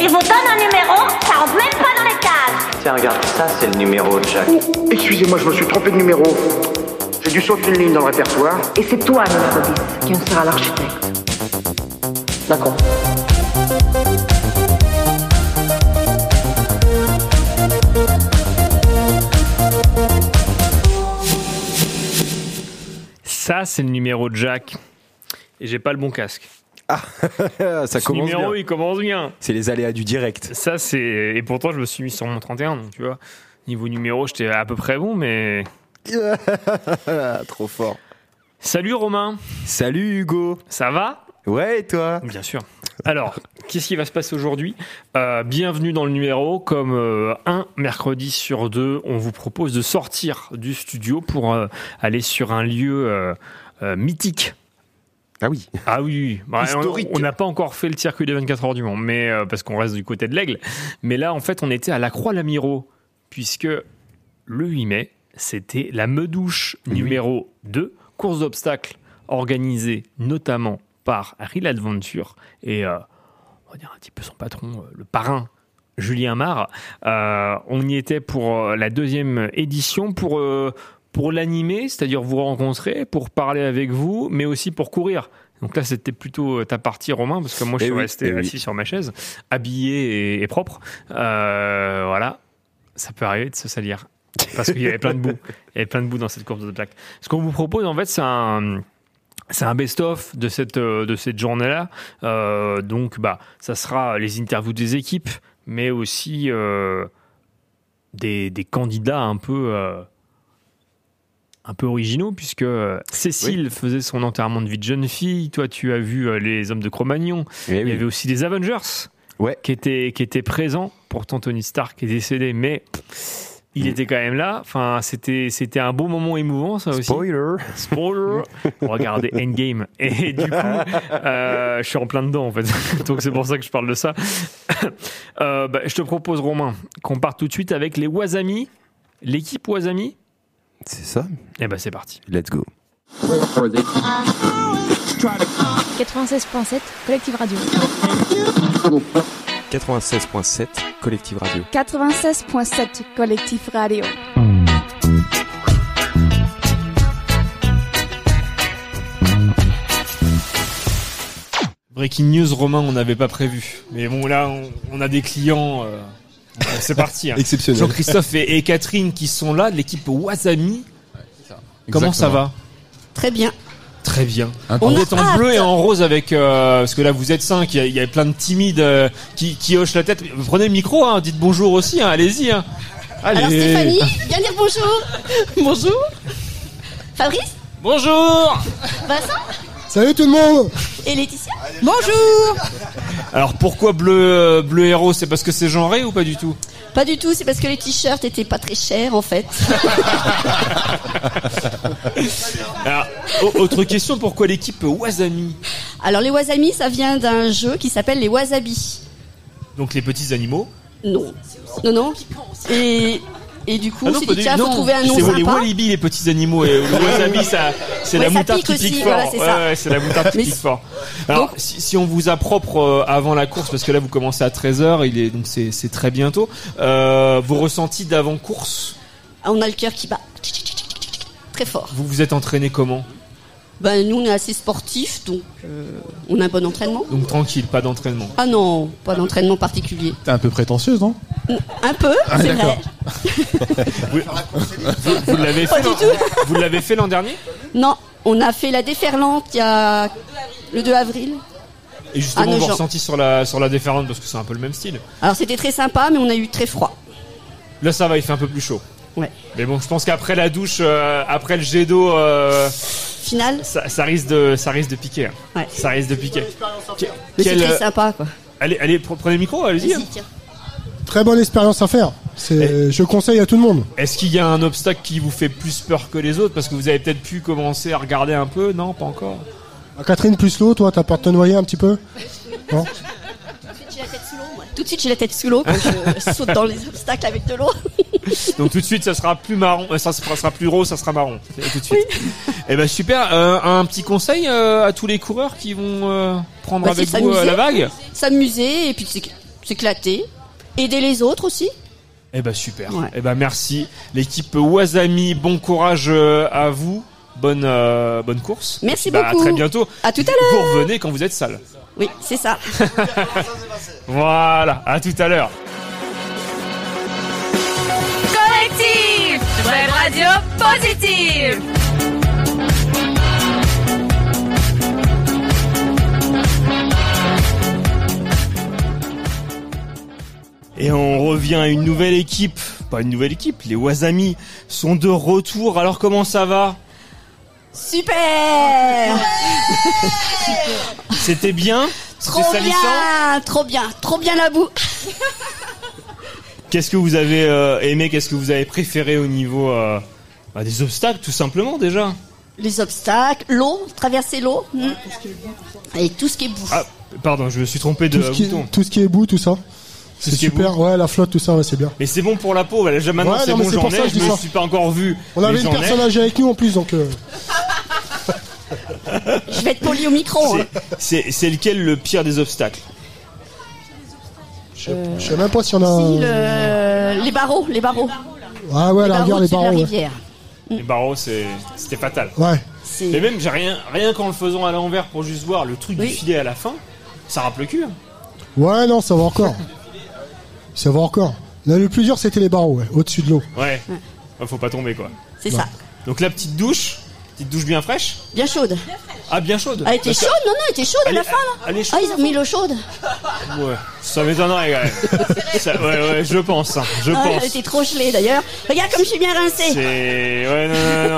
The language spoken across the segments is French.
Ils vous donnent un numéro, ça rentre même pas dans les cases. Tiens, regarde, ça c'est le numéro de Jack. Excusez-moi, je me suis trompé de numéro. J'ai dû sauter une ligne dans le répertoire. Et c'est toi, numéro 10, qui en sera l'architecte. D'accord. Ça, c'est le numéro de Jack. Et j'ai pas le bon casque. Ah, ça Ce commence numéro, bien. il commence bien. C'est les aléas du direct. Ça, c'est. Et pourtant, je me suis mis sur mon 31, donc tu vois. Niveau numéro, j'étais à peu près bon, mais. Trop fort. Salut Romain, Salut Hugo. ça va Ouais, et toi Bien sûr. Alors, qu'est-ce qui va se passer aujourd'hui Euh, Bienvenue dans le numéro. Comme euh, un mercredi sur deux, on vous propose de sortir du studio pour euh, aller sur un lieu euh, euh, mythique. Ah oui. Ah oui, oui. Bah, on- Historique. on n'a pas encore fait le circuit des 24 heures du Mans, mais euh, parce qu'on reste du côté de l'aigle. Mais là, en fait, on était à la Croix-l'Amiraux, puisque le 8 mai, c'était la Medouche numéro 2, course d'obstacles organisée notamment par Real Adventure et euh, on va dire un petit peu son patron, euh, le parrain. Julien Mar, Euh, on y était pour euh, la deuxième édition pour, euh, pour l'animer, c'est-à-dire vous rencontrer, pour parler avec vous, mais aussi pour courir. Donc là, c'était plutôt euh, ta partie, Romain, parce que moi, je Eh suis oui, resté eh oui. assis sur ma chaise, habillé et, et propre. Euh, voilà, ça peut arriver de se salir. Parce qu'il y avait plein de boue. Il y avait plein de boue dans cette course de plaques. Ce qu'on vous propose, en fait, c'est un. C'est un best-of de cette, euh, de cette journée-là. Euh, donc, bah, ça sera les interviews des équipes, mais aussi euh, des, des candidats un peu, euh, un peu originaux, puisque euh, Cécile faisait son enterrement de vie de jeune fille. Toi, tu as vu euh, les hommes de Cro-Magnon. Eh Il y oui. avait aussi des Avengers Ouais. qui, étaient, qui étaient présents. Pourtant, Tony Stark est décédé, mais il Mm. était quand même là. Enfin, c'était, c'était un beau moment émouvant, ça aussi. Spoiler. Spoiler. Regardez Endgame. Et du coup, euh, je suis en plein dedans, en fait. Donc, c'est pour ça que je parle de ça. Euh, bah, je te propose, Romain, qu'on parte tout de suite avec les Wasami. L'équipe Wasami. C'est ça. Et ben, c'est parti. Let's go. 96.7 Collective Radio. 96.7 Collective Radio. 96.7 Collectif Radio. Breaking news, Romain, on n'avait pas prévu. Mais bon, là, on, on a des clients. euh, c'est parti. hein. Exceptionnel. Jean-Christophe et, et Catherine qui sont là, de l'équipe Wasami. Comment ça va Très bien. Très bien. On Vous a êtes en bleu et en rose avec euh, parce que là vous êtes cinq, il y a- il y, a plein de timides euh, qui, qui hochent la tête. Prenez le micro, hein, dites bonjour aussi, hein, allez-y. hein. Allez. Alors Stéphanie, viens dire bonjour. Bonjour. Fabrice Bonjour. Vincent Salut tout le monde Et Laetitia Bonjour Alors pourquoi bleu euh, bleu et rose C'est parce que c'est genré ou pas du tout Pas du tout, c'est parce que les t-shirts étaient pas très chers en fait. Alors, au- Autre question, pourquoi l'équipe Wasami Alors les wasabi, ça vient d'un jeu qui s'appelle les wasabi. Donc les petits animaux. Non. Non, non. Et, et du coup, Ah on non, s'est pas dit, du- tiens, non, faut trouver un nom c'est les sympa. wallabies, les petits animaux. Et le wasabi, ça, c'est Ouais, la ça moutarde pique qui aussi, pique voilà, fort. c'est ça. Ouais, ouais, c'est la moutarde qui Mais pique si- fort. Alors, Donc- si, si on vous approche euh, avant la course, parce que là, vous commencez à 13h, il est, donc c'est, c'est très bientôt, euh, vos ressentis d'avant-course, Ah, On a le cœur qui bat. Très fort. vous vous êtes entraîné comment Ben, nous, on est assez sportifs, donc euh, on a un bon entraînement. Donc tranquille, pas d'entraînement. Ah non, pas d'entraînement particulier. T'es un peu prétentieuse, non Un peu, Ah, c'est vrai. Vous l'avez fait, Pas du l'an- tout. vous l'avez fait l'an dernier Non, on a fait la déferlante il y a le 2 avril. Et justement, Ah, non, vos genre- ressentis sur la, sur la déferlante, parce que c'est un peu le même style. Alors c'était très sympa, mais on a eu très froid. Là, ça va, il fait un peu plus chaud. Ouais. Mais bon, je pense qu'après la douche, euh, après le jet d'eau, euh, Final, ça, ça risque de, ça risque de piquer. hein. ouais. Ça risque de piquer. Que- Mais quel, c'est très euh, sympa, quoi. allez, allez, pre- prenez le micro, allez-y. Vas-y, tiens. Très bonne expérience à faire. C'est, je conseille à tout le monde. Est-ce qu'il y a un obstacle qui vous fait plus peur que les autres Parce que vous avez peut-être pu commencer à regarder un peu. Non, pas encore. À Ah, Catherine plus l'eau, toi, t'as peur de te noyer un petit peu Non Tout de suite, j'ai la tête sous l'eau quand je saute dans les obstacles avec de l'eau. Donc tout de suite, ça sera plus marron, euh, ça sera, sera plus rose, ça sera marron. Et Tout de suite. Eh ben super. euh, un petit conseil euh, à tous les coureurs qui vont euh, prendre Bah, avec c'est vous euh, s'amuser. la vague. S'amuser, et puis c'est- s'éclater, aider les autres aussi. Eh ben super. Ouais. Eh ben merci. L'équipe Wasami, bon courage euh, à vous. Bonne, euh, bonne course. Merci Et puis, bah, beaucoup. à très bientôt. À tout à l'heure. Vous revenez quand vous êtes sale. Oui, c'est ça. Voilà, à tout à l'heure. Collectif Web Radio Positive Et on revient à une nouvelle équipe. Pas une nouvelle équipe, les Wasami sont de retour. Alors comment ça va Super C'était bien C'était Trop bien Trop bien Trop bien la boue Qu'est-ce que vous avez euh, aimé Qu'est-ce que vous avez préféré au niveau euh, bah, des obstacles tout simplement déjà Les obstacles, l'eau, traverser l'eau. hmm. Et tout ce qui est boue. Ah, pardon, je me suis trompé de Tout ce, qui bouton. est, tout ce qui est bout, tout ça. C'est ce qui est super, ouais, la flotte, tout ça, ouais, c'est bien. Mais c'est bon pour la peau, voilà, déjà maintenant Ouais, c'est non, mais bon, c'est j'en pour ça que ai, je je dis me ça. suis pas encore vu. On mais avait une j'en ai. personne âgée avec nous en plus, donc. euh, Je vais être poli au micro. hein. C'est- C'est c'est lequel le pire des obstacles je sais- je sais même pas s'il y en a. Si, euh, le- Les barreaux, les barreaux. Ah ouais, à les la rigueur, barreaux au-dessus les de la barons. Ouais. rivière. Les barreaux, c'est- c'était fatal. Ouais. Mm. C'est- Mais même, j'ai rien, rien qu'en le faisant à l'envers pour juste voir le truc du Oui. filet à la fin, ça rappe le cul. hein. Ouais, non, ça va encore. ça va encore. Là, le plus dur, c'était les barreaux, ouais, au-dessus de l'eau. Ouais. Ouais, faut pas tomber quoi. C'est ça. Donc la petite douche, petite douche bien fraîche. Bien chaude. Ah, bien chaude. Elle était Parce que- chaude, non, non, elle était chaude à Elle la est- fin, là. elle est chaude, Ah, ils ont mis l'eau chaude. Ouais, ça m'étonnerait quand même. Ça- ouais, ouais, je pense, hein, je Ah, elle pense. était trop gelée, d'ailleurs. Regarde comme je suis bien rincée. C'est. Ouais, non, non,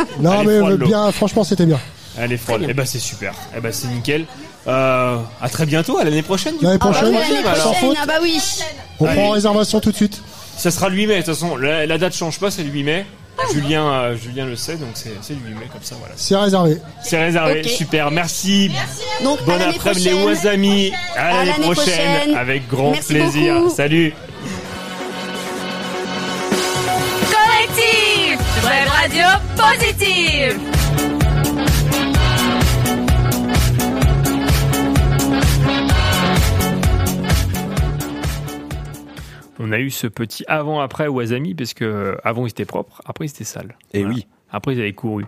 non. Non, Elle est mais froide, euh, l'eau. bien, franchement, c'était bien. Elle est froide. Eh ben, c'est super. Eh ben, c'est nickel. Euh, à très bientôt, à l'année prochaine. du L'année coup. prochaine, ouais, l'année sans prochaine, faute, ah bah oui. on Allez. prend en réservation tout de suite. Ça sera le 8 mai, de toute façon, la, la date change pas, c'est le 8 mai. Ah, Julien, euh, Julien le sait, donc c'est c'est le 8 mai, comme ça, voilà. C'est réservé. C'est réservé, Ok. super, merci. Donc, à Bon l'année après-midi, les prochaine. Wasami. À l'année prochaine, prochaine. avec grand Merci plaisir. beaucoup. Salut. Collectif Web Radio Positive On a eu ce petit avant-après Wasami, parce que euh, avant ils étaient propres, après ils étaient sales. Eh Et Voilà. oui. Après ils avaient couru.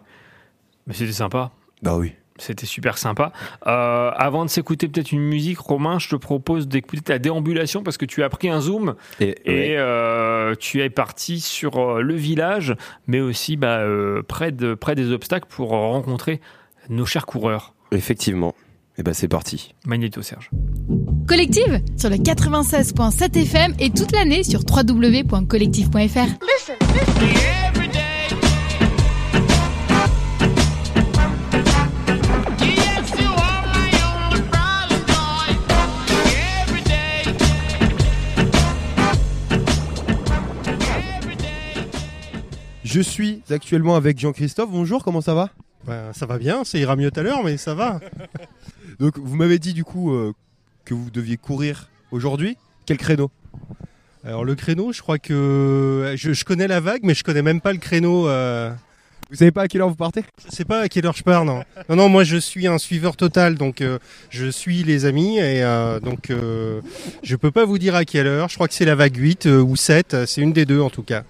Mais c'était sympa. Bah oui. C'était super sympa. Euh, avant de s'écouter peut-être une musique, Romain, je te propose d'écouter ta déambulation parce que tu as pris un zoom Et, et euh, tu es parti sur euh, le village, mais aussi bah, euh, près, de, près des obstacles pour rencontrer nos chers coureurs. Effectivement. Et bah c'est parti. Magnéto Serge. Collective sur le 96.7 FM et toute l'année sur www.collectif.fr. Je suis actuellement avec Jean-Christophe. Bonjour, comment ça va Ben, ça va bien, ça ira mieux tout à l'heure, mais ça va. Donc vous m'avez dit du coup euh, que vous deviez courir aujourd'hui. Quel créneau Alors le créneau, je crois que je, je connais la vague, mais je connais même pas le créneau. euh, Vous savez pas à quelle heure vous partez Je sais pas à quelle heure je pars, non. Non, non, moi je suis un suiveur total, donc euh, je suis les amis et euh, donc euh, je peux pas vous dire à quelle heure. Je crois que c'est la vague 8 euh, ou 7, euh, c'est une des deux en tout cas.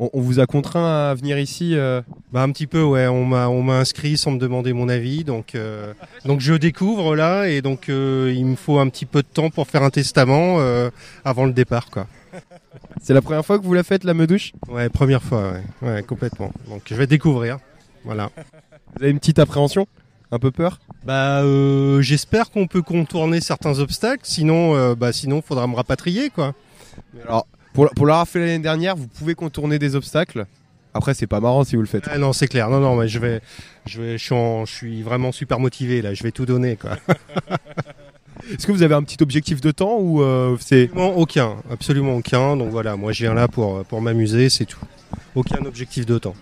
on, on vous a contraint à venir ici euh, Bah un petit peu, ouais. On m'a on m'a inscrit sans me demander mon avis, donc euh, donc je découvre là et donc euh, il me faut un petit peu de temps pour faire un testament euh, avant le départ, quoi. C'est la première fois que vous la faites, la meudouche Ouais, première fois, ouais, ouais complètement. Donc je vais découvrir, hein. voilà. Vous avez une petite appréhension Un peu peur Bah, euh, j'espère qu'on peut contourner certains obstacles, sinon, euh, bah, sinon, faudra me rapatrier, quoi. Alors, pour, la- pour l'avoir fait l'année dernière, vous pouvez contourner des obstacles. Après, c'est pas marrant si vous le faites. Ah non, c'est clair. Non, non, mais je vais, je vais, je suis, en- je suis vraiment super motivé là. Je vais tout donner, quoi. Est-ce que vous avez un petit objectif de temps ou euh, c'est Absolument aucun, absolument aucun. Donc voilà, moi, je viens là pour, euh, pour m'amuser, c'est tout. Aucun objectif de temps.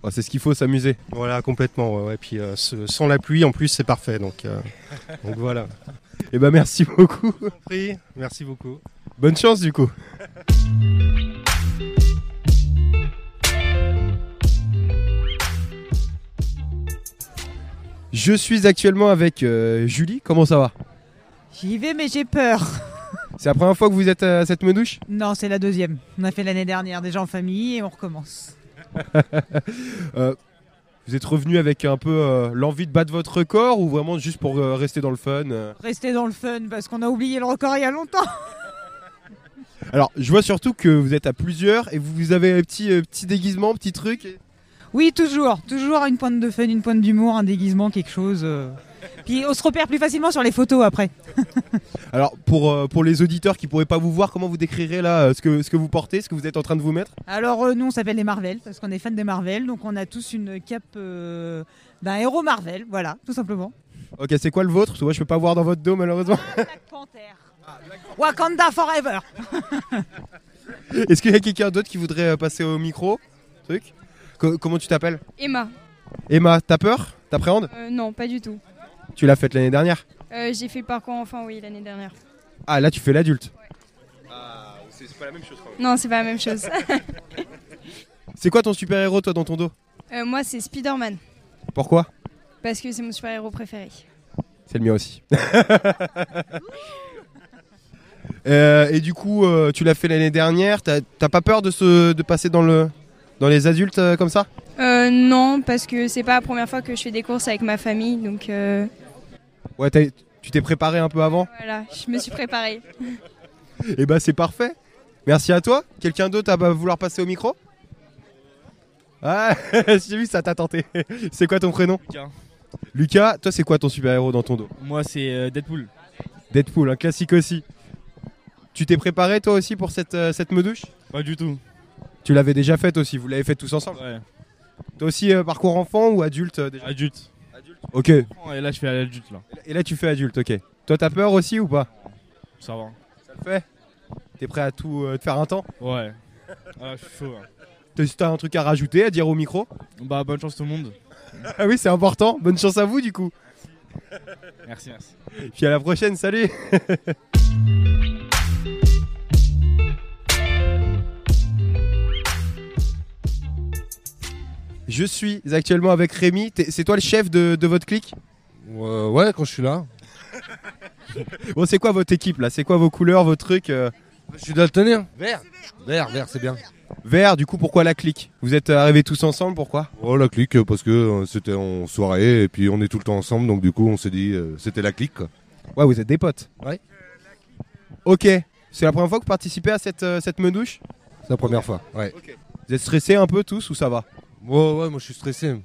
bah, c'est ce qu'il faut s'amuser Voilà, complètement. ouais, ouais. Et puis, euh, ce- sans la pluie, en plus, c'est parfait. Donc, euh, donc voilà. Et bah merci beaucoup. Compris. Merci beaucoup. Bonne chance du coup. Je suis actuellement avec euh, Julie, comment ça va J'y vais mais j'ai peur. C'est la première fois que vous êtes euh, à cette Medouche Non, c'est la deuxième. On a fait l'année dernière déjà en famille et on recommence. Euh, Vous êtes revenu avec un peu euh, l'envie de battre votre record ou vraiment juste pour euh, rester dans le fun euh Restez dans le fun parce qu'on a oublié le record il y a longtemps. Alors, je vois surtout que vous êtes à plusieurs et vous avez un petit, euh, petit déguisement, petit truc. et- Oui, toujours. Toujours une pointe de fun, une pointe d'humour, un déguisement, quelque chose. euh. Puis on se repère plus facilement sur les photos après. Alors, pour, euh, pour les auditeurs qui pourraient pas vous voir, comment vous décrirez là euh, ce que, ce que vous portez, ce que vous êtes en train de vous mettre Alors euh, nous on s'appelle les Marvel parce qu'on est fan des Marvel, donc on a tous une cape euh, d'un héros Marvel, voilà, tout simplement. Ok, c'est quoi le vôtre Parce que moi, je peux pas voir dans votre dos malheureusement. Wakanda Forever Est-ce qu'il y a quelqu'un d'autre qui voudrait euh, passer au micro Truc Co- Comment tu t'appelles Emma. Emma, t'as peur T'appréhendes Euh, non, pas du tout. Tu l'as faite l'année dernière. Euh, j'ai fait le parcours enfant, oui, l'année dernière. Ah, là, tu fais l'adulte. C'est pas la même chose quand même. Non, c'est pas la même chose. C'est quoi ton super-héros, toi, dans ton dos Euh, moi, c'est Spider-Man Pourquoi parce que c'est mon super-héros préféré. C'est le mien aussi. Euh, et du coup, euh, tu l'as fait l'année dernière. T'as t'as pas peur de, se, de passer dans, le, dans les adultes euh, comme ça Euh, non, parce que c'est pas la première fois que je fais des courses avec ma famille, donc euh, Ouais, t'as- tu t'es préparé un peu avant voilà, je me suis préparée. Et bah, c'est parfait. Merci à toi. Quelqu'un d'autre à bah, vouloir passer au micro Ah, j'ai vu, ça t'a tenté. c'est quoi ton prénom Lucas. Lucas, toi, c'est quoi ton super-héros dans ton dos Moi, c'est euh, Deadpool. Deadpool, un classique aussi. Tu t'es préparé toi aussi pour cette, euh, cette medouche Pas du tout. Tu l'avais déjà faite aussi, vous l'avez faite tous ensemble Ouais. Toi aussi euh, parcours enfant ou adulte euh, déjà Adulte. Ok. Et là, je fais à l'adulte, là. Et là tu fais adulte, ok. Toi t'as peur aussi ou pas Ça va. Ça le fait T'es prêt à tout euh, te faire un temps Ouais. Ah, je suis chaud. hein. T'as t'as un truc à rajouter, à dire au micro Bah, bonne chance tout le monde. Ah oui c'est important, bonne chance à vous du coup. Merci, merci. Puis à la prochaine, salut Je suis actuellement avec Rémi, T'es- c'est toi le chef de, de votre clique Ouais, quand je suis là. Bon, c'est quoi votre équipe là C'est quoi vos couleurs, vos trucs euh Je suis daltonien. Vert. Vert, vert, c'est bien. Vert, du coup, pourquoi la clique Vous êtes euh, arrivés tous ensemble, pourquoi Oh, la clique, euh, parce que euh, c'était en soirée et puis on est tout le temps ensemble, donc du coup, on s'est dit, euh, c'était la clique. quoi. Ouais, vous êtes des potes. Ouais. Ok, c'est la première fois que vous participez à cette, euh, cette meudouche C'est la première fois, ouais. Vous êtes stressés un peu tous ou ça va Ouais, ouais, moi je suis stressé.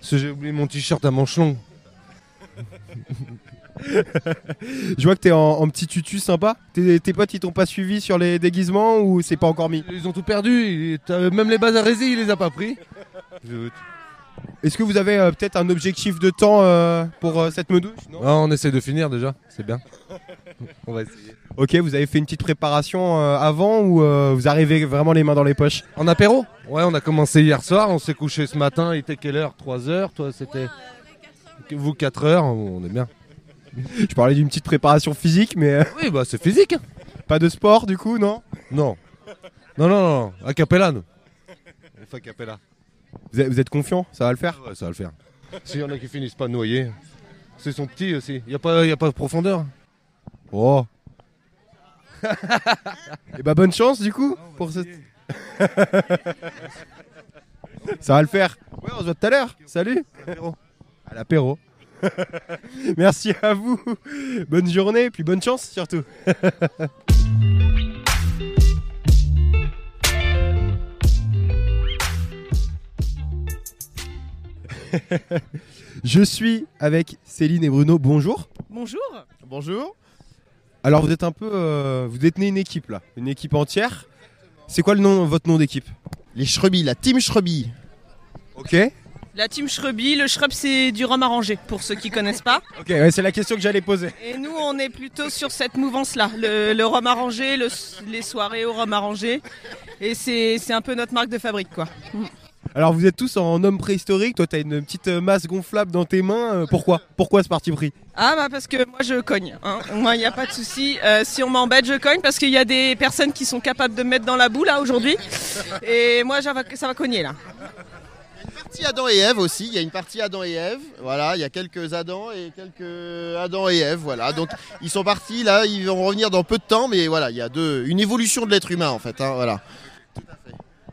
Parce que j'ai oublié mon t-shirt à manches longues. Je vois que t'es en, en petit tutu sympa. Tes, tes potes ils t'ont pas suivi sur les déguisements ou c'est pas encore mis Ils ont tout perdu, et t'as- même les bases à rési, il les a pas pris. Est-ce que vous avez euh, peut-être un objectif de temps euh, pour euh, cette meudouche Ouais, Ah, on essaie de finir déjà, c'est bien. on va essayer. Ok, vous avez fait une petite préparation euh, avant ou euh, vous arrivez vraiment les mains dans les poches En apéro Ouais, on a commencé hier soir, on s'est couché ce matin, il était quelle heure 3 heures, toi c'était. Vous 4 heures, hein, on est bien. Je parlais d'une petite préparation physique, mais. euh, Oui, bah c'est physique. Pas de sport du coup, non Non. Non, non, non, a cappella nous. Faut cappella. Vous êtes, vous êtes confiant Ça va le faire Ouais, ça va le faire. S'il y en a qui finissent pas noyés, c'est son petit aussi. Il n'y a, pas- y a pas de profondeur. Oh Et bah bonne chance du coup pour cette. Ça va le faire. Ouais, on se voit tout à l'heure. Salut. À l'apéro. Merci à vous. Bonne journée, puis bonne chance surtout. Je suis avec Céline et Bruno. Bonjour. Bonjour. Bonjour. Alors vous êtes un peu, euh, vous détenez une équipe là, une équipe entière. C'est quoi le nom, votre nom d'équipe Les Shrebi, la team Shrebi. Ok. La team Shrubby, le shrub c'est du rhum arrangé pour ceux qui connaissent pas. Ok, ouais, c'est la question que j'allais poser. Et nous on est plutôt sur cette mouvance là, le, le rhum arrangé, le- les soirées au rhum arrangé. Et c'est c'est un peu notre marque de fabrique quoi. Mm. Alors vous êtes tous en homme préhistorique. Toi, t'as une petite euh, masse gonflable dans tes mains. euh, pourquoi Pourquoi ce parti pris Ah bah parce que moi je cogne, hein. moi il n'y a pas de souci, Euh, si on m'embête je cogne parce qu'il y a des personnes qui sont capables de me mettre dans la boue là aujourd'hui et moi ça va, ça va cogner là. partie Adam et Ève aussi. Il y a une partie Adam et Ève. Voilà, il y a quelques Adam et quelques Adam et Ève. Voilà, donc ils sont partis là. Ils vont revenir dans peu de temps, mais voilà, il y a deux, une évolution de l'être humain en fait. hein, voilà.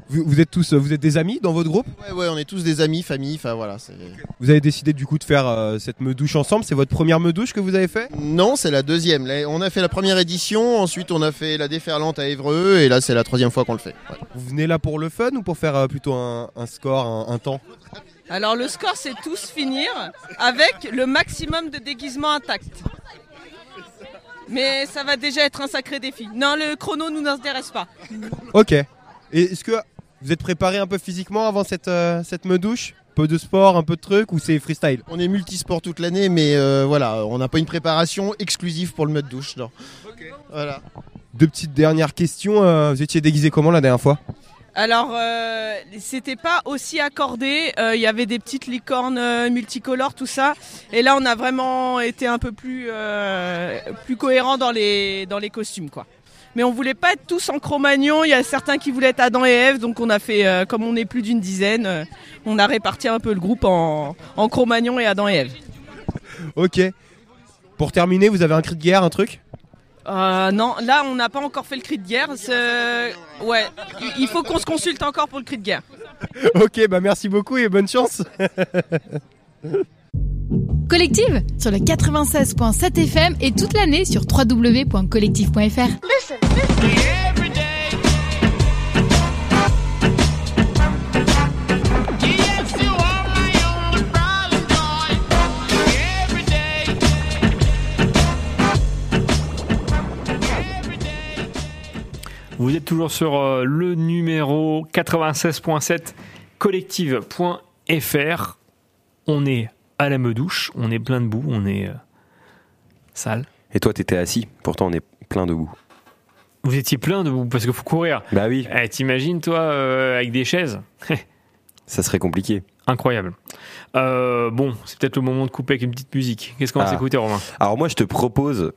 Vous, vous êtes tous, euh, vous êtes des amis dans votre groupe Ouais, ouais, on est tous des amis, famille. Enfin voilà, c'est. Vous avez décidé du coup de faire euh, cette meudouche ensemble. C'est votre première meudouche que vous avez fait Non, c'est la deuxième. Là, on a fait la première édition, ensuite on a fait la déferlante à Évreux, et là c'est la troisième fois qu'on le fait. Ouais. Vous venez là pour le fun ou pour faire euh, plutôt un, un score, un, un temps Alors le score c'est tous finir avec le maximum de déguisements intacts. Mais ça va déjà être un sacré défi. Non, le chrono nous intéresse pas. Ok. Et est-ce que vous êtes préparé un peu physiquement avant cette, euh, cette meudouche Peu de sport, un peu de truc ou c'est freestyle On est multisport toute l'année, mais euh, voilà, on n'a pas une préparation exclusive pour le mode douche. Non. Voilà. Deux petites dernières questions. euh, vous étiez déguisé comment la dernière fois Alors euh, c'était pas aussi accordé. Euh, Il y avait des petites licornes euh, multicolores, tout ça. Et là on a vraiment été un peu plus euh, plus cohérent dans les dans les costumes quoi. Mais on voulait pas être tous en Cro-Magnon. Il y a certains qui voulaient être Adam et Ève, donc on a fait euh, comme on est plus d'une dizaine, euh, on a réparti un peu le groupe en en Cro-Magnon et Adam et Ève. Ok. Pour terminer, vous avez un cri de guerre, un truc Euh, non, là on n'a pas encore fait le cri de guerre. c'est- Ouais, il faut qu'on se consulte encore pour le cri de guerre. Ok, bah merci beaucoup et bonne chance. Collective sur le 96.7 FM et toute l'année sur www.collective.fr. Vous êtes toujours sur euh, le numéro 96.7 collective.fr. On est à la meudouche, on est plein de boue, on est euh, sale. Et toi, t'étais assis, pourtant on est plein debout. Vous étiez plein de boue parce qu'il faut courir. Bah oui, Eh, T'imagines, toi, euh, avec des chaises ça serait compliqué. Incroyable. Euh, bon, c'est peut-être le moment de couper avec une petite musique. Qu'est-ce qu'on va Ah. s'écouter, Romain Alors moi, je te propose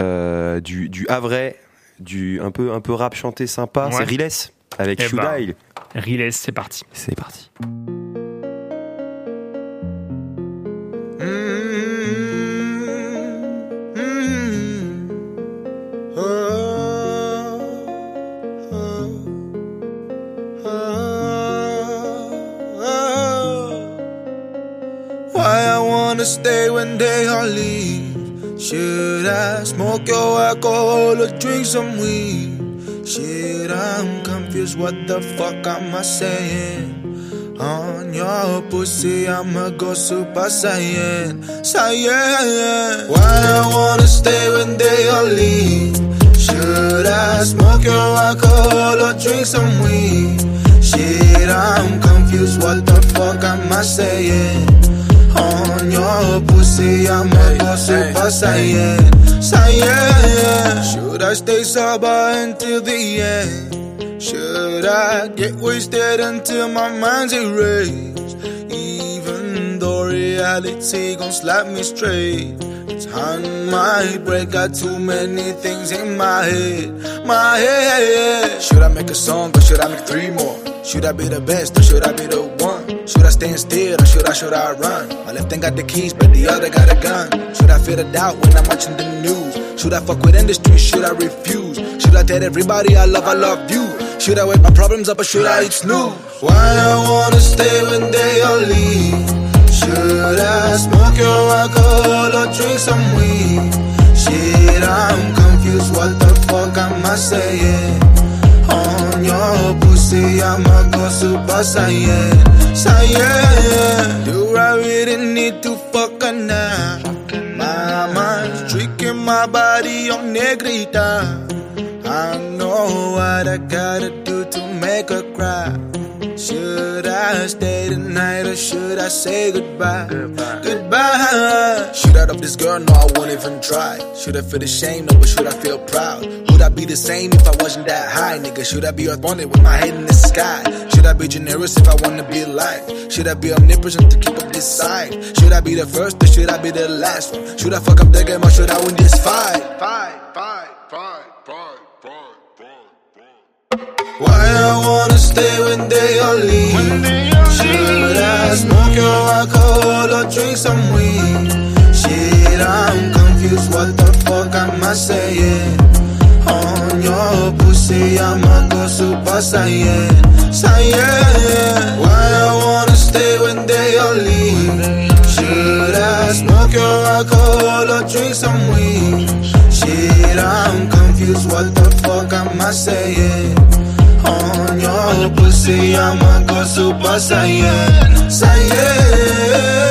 euh, du, du Havrais, du un peu un peu rap chanté sympa. C'est Ouais. Riles avec Eh Should bah, ben, I. Riles, c'est parti. C'est parti. Oh. Why I wanna stay when they all leave? Should I smoke your alcohol or drink some weed? Shit, I'm confused. What the fuck am I saying? On your pussy, I'ma go super saiyan, saiyan. Why I wanna stay when they all leave? Should I smoke your alcohol or drink some weed? Shit, I'm confused. What the fuck am I saying? On your pussy, I'm a go super saiyan, saiyan. Should I stay sober until the end? Should I get wasted until my mind's erased? Even though reality gon' slap me straight. Time might break, got too many things in my head, my head. Should I make a song or should I make three more? Should I be the best or should I be the one? Should I stand still or should I should I run? My left hand got the keys, but the other got a gun. Should I feel the doubt when I'm watching the news? Should I fuck with industry? Should I refuse? Should I tell everybody I love I love you? Should I wake my problems up or should I eat snooze? Why I wanna stay when they all leave? Should I smoke your alcohol or drink some weed? Shit, I'm confused. What the fuck am I saying? On your pussy, I'ma go super saiyan, saiyan. Do I really need to fuck her now? My mind's tricking my body on negrita. I know what I gotta do to make her cry. Should I stay tonight or should I say goodbye? Goodbye. Should I love this girl? No, I won't even try. Should I feel ashamed? No, but should I feel proud? Would I be the same if I wasn't that high, nigga? Should I be earthbound with my head in the sky? Should I be generous if I wanna be liked? Should I be omnipresent to keep up this side? Should I be the first or should I be the last one? Should I fuck up the game or should I win this fight? Why I I wanna stay when they all leave. Should I smoke your alcohol or drink some weed? Shit, I'm confused. What the fuck am I saying? On your pussy, I'ma go super saiyan, saiyan. Why I wanna stay when they all leave? Should I smoke your alcohol or drink some weed? Shit, I'm confused. What the fuck am I saying? On your pussy, I'ma go super saiyan, saiyan.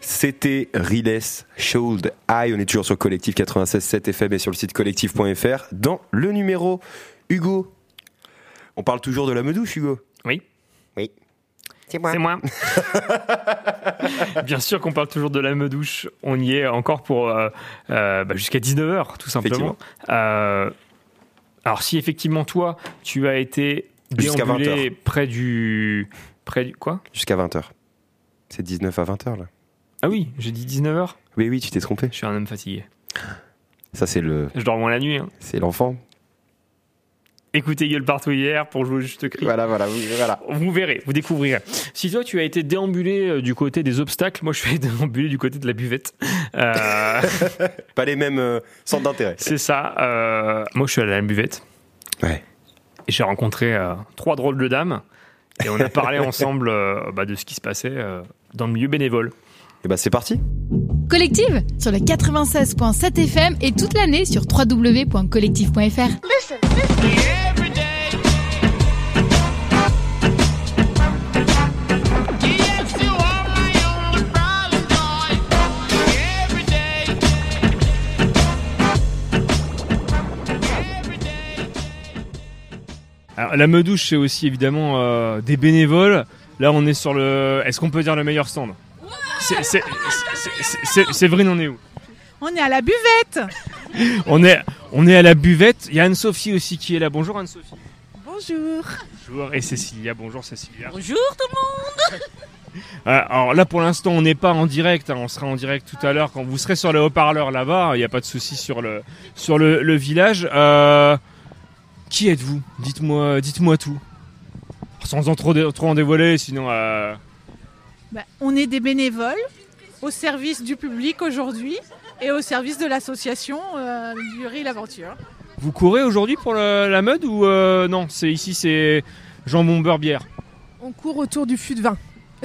C'était Riles Should I. On est toujours sur Collectif 96.7 FM et sur le site collectif.fr dans le numéro Hugo. On parle toujours de la medouche, Hugo Oui. Oui. C'est moi. Bien sûr qu'on parle toujours de la meudouche. On y est encore pour euh, euh, bah, jusqu'à 19h, tout simplement. Euh, alors, si effectivement, toi, tu as été Jusqu'à déambulé 20 près du. Près du. Quoi Jusqu'à 20h. C'est 19 à 20h là. Ah oui, j'ai dit 19h. Oui, oui, tu t'es trompé. Je suis un homme fatigué. Ça, c'est le. Je dors loin la nuit. hein. C'est l'enfant. Écoutez Gueule Partout hier pour jouer au Juste Cri. Voilà, voilà, vous, verrez, vous découvrirez. Si toi, tu as été déambulé euh, du côté des obstacles, moi, je suis déambulé du côté de la buvette. Euh, Pas les mêmes centres d'intérêt. C'est ça. euh, moi, je suis allé à la buvette. Ouais. Et j'ai rencontré euh, trois drôles de dames. Et on a parlé ensemble euh, bah, de ce qui se passait euh, dans le milieu bénévole. Et bah, c'est parti. Collective sur le 96.7 FM et toute l'année sur www.collectif.fr. Alors, la Meudouche, c'est aussi évidemment euh, des bénévoles. Là, on est sur le. Est-ce qu'on peut dire le meilleur stand C'est- c'est- c'est- c'est- c'est- Séverine, on est où On est à la buvette on est, on est à la buvette. Il y a Anne-Sophie aussi qui est là. Bonjour Anne-Sophie. Bonjour Bonjour. Et Cécilia. Bonjour Cécilia. Bonjour tout le monde Euh, Alors là, pour l'instant, on n'est pas en direct. hein. On sera en direct tout à l'heure quand vous serez sur le haut-parleur là-bas. Il n'y a pas de souci sur le, sur le, le village. Euh, qui êtes-vous Dites-moi, dites-moi tout. Sans en trop, dé- trop en dévoiler, sinon. euh, Bah, On est des bénévoles au service du public aujourd'hui et au service de l'association euh, du Ré l'Aventure. Vous courez aujourd'hui pour le- la mode ou euh, non C'est ici, c'est jambon beurre bière. On court autour du fût de vin.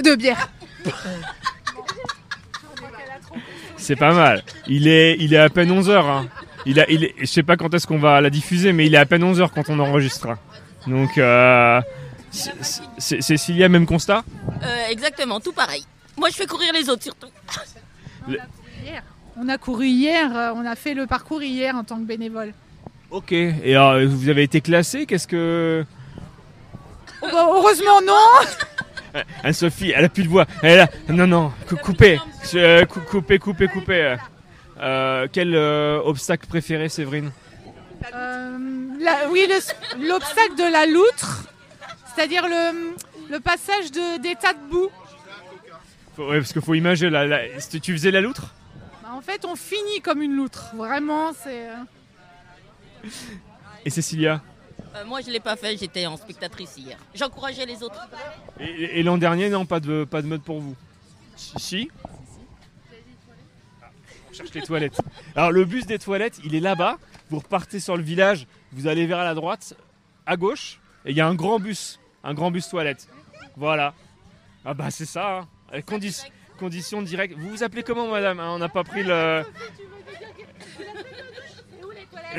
De bière. Ah, C'est pas mal. Il est, il est à peine 11h. Il a, il est- je sais pas quand est-ce qu'on va la diffuser, mais il est à peine 11h quand on enregistre. hein. Donc, euh, c- c- c- Cécilia, même constat Euh, exactement, tout pareil. Moi, je fais courir les autres surtout. On a couru hier, euh, on a fait le parcours hier en tant que bénévole. Ok. Et alors, vous avez été classé Qu'est-ce que. Oh, bah, heureusement non Euh, Anne-Sophie, elle a plus de voix. Elle a... Non, non, cou- coupez. Euh, cou- Coupez, coupez, coupez. euh. Euh, quel euh, obstacle préféré, Séverine Euh, la- oui, le- l'obstacle de la loutre, c'est-à-dire le, le passage de, des tas de boue. Faut- Ouais, parce qu'il faut imager. Là, là. Si Tu faisais la loutre Bah, en fait, on finit comme une loutre. Vraiment, c'est. euh, Et Cécilia Euh, moi, je l'ai pas fait, j'étais en spectatrice hier. J'encourageais les autres. Et, et l'an dernier, non, pas de, pas de mode pour vous. Si, si. Ah, On cherche les toilettes. Alors, le bus des toilettes, il est là-bas. Vous repartez sur le village, vous allez vers la droite, à gauche, et il y a un grand bus. Un grand bus toilette. Voilà. Ah, bah, c'est ça. hein. Euh, condi- condition directe. Vous vous appelez comment, madame hein On n'a pas pris le.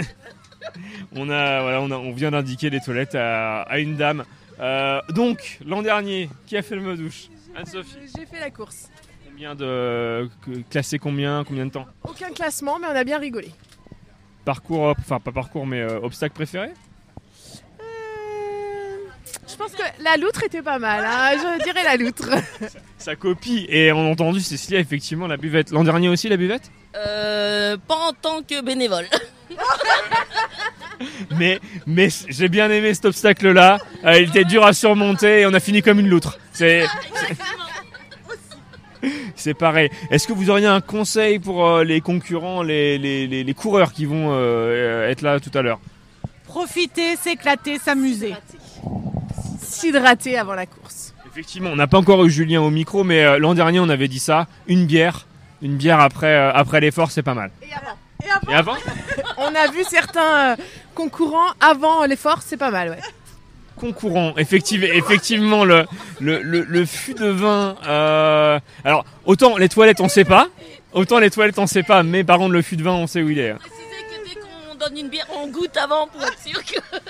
On, a, voilà, on, a- on vient d'indiquer les toilettes à, à une dame. Euh, donc, l'an dernier, qui a fait le mot douche Anne-Sophie. J'ai fait la course. Combien de que- classé combien combien de temps Aucun classement, mais on a bien rigolé. Parcours, euh, enfin pas parcours, mais euh, obstacle préféré Je pense que la loutre était pas mal. hein. Je dirais la loutre. Sa copie et on a entendu Cécilia effectivement la buvette. L'an dernier aussi la buvette Euh, pas en tant que bénévole. Mais, mais c- j'ai bien aimé cet obstacle-là. Euh, il était dur à surmonter et on a fini comme une loutre. C'est. c'est- C'est pareil. Est-ce que vous auriez un conseil pour euh, les concurrents, les, les- les- les coureurs qui vont euh, être là tout à l'heure Profiter, s'éclater, s'amuser. S'hydrater avant la course. Effectivement, on n'a pas encore eu Julien au micro, mais euh, l'an dernier on avait dit ça. Une bière, une bière après, euh, après l'effort, c'est pas mal. Et avant, Et avant on a vu certains euh, concurrents avant l'effort, c'est pas mal, ouais. Concurrent, effective- effectivement, le, le, le, le fût de vin. euh, alors, autant les toilettes, on sait pas. Autant les toilettes, on sait pas. Mais par contre, le fût de vin, on sait où il est. hein. On donne une bière, on goûte avant pour être sûr que.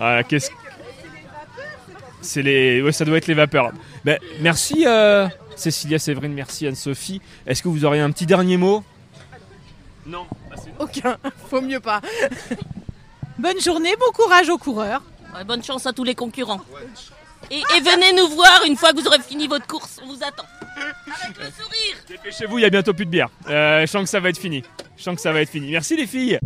Ah, qu'est-ce C'est les, ouais, ça doit être les vapeurs. Ben, merci euh, Cécilia Séverine, merci Anne-Sophie. Est-ce que vous auriez un petit dernier mot Non, Aucun, faut mieux pas. Bonne journée, bon courage aux coureurs. Ouais, bonne chance à tous les concurrents. Et, et venez nous voir une fois que vous aurez fini votre course, on vous attend. Avec le sourire Dépêchez-vous, il y a bientôt plus de bière. Euh, je sens que ça va être fini. Je sens que ça va être fini. Merci les filles.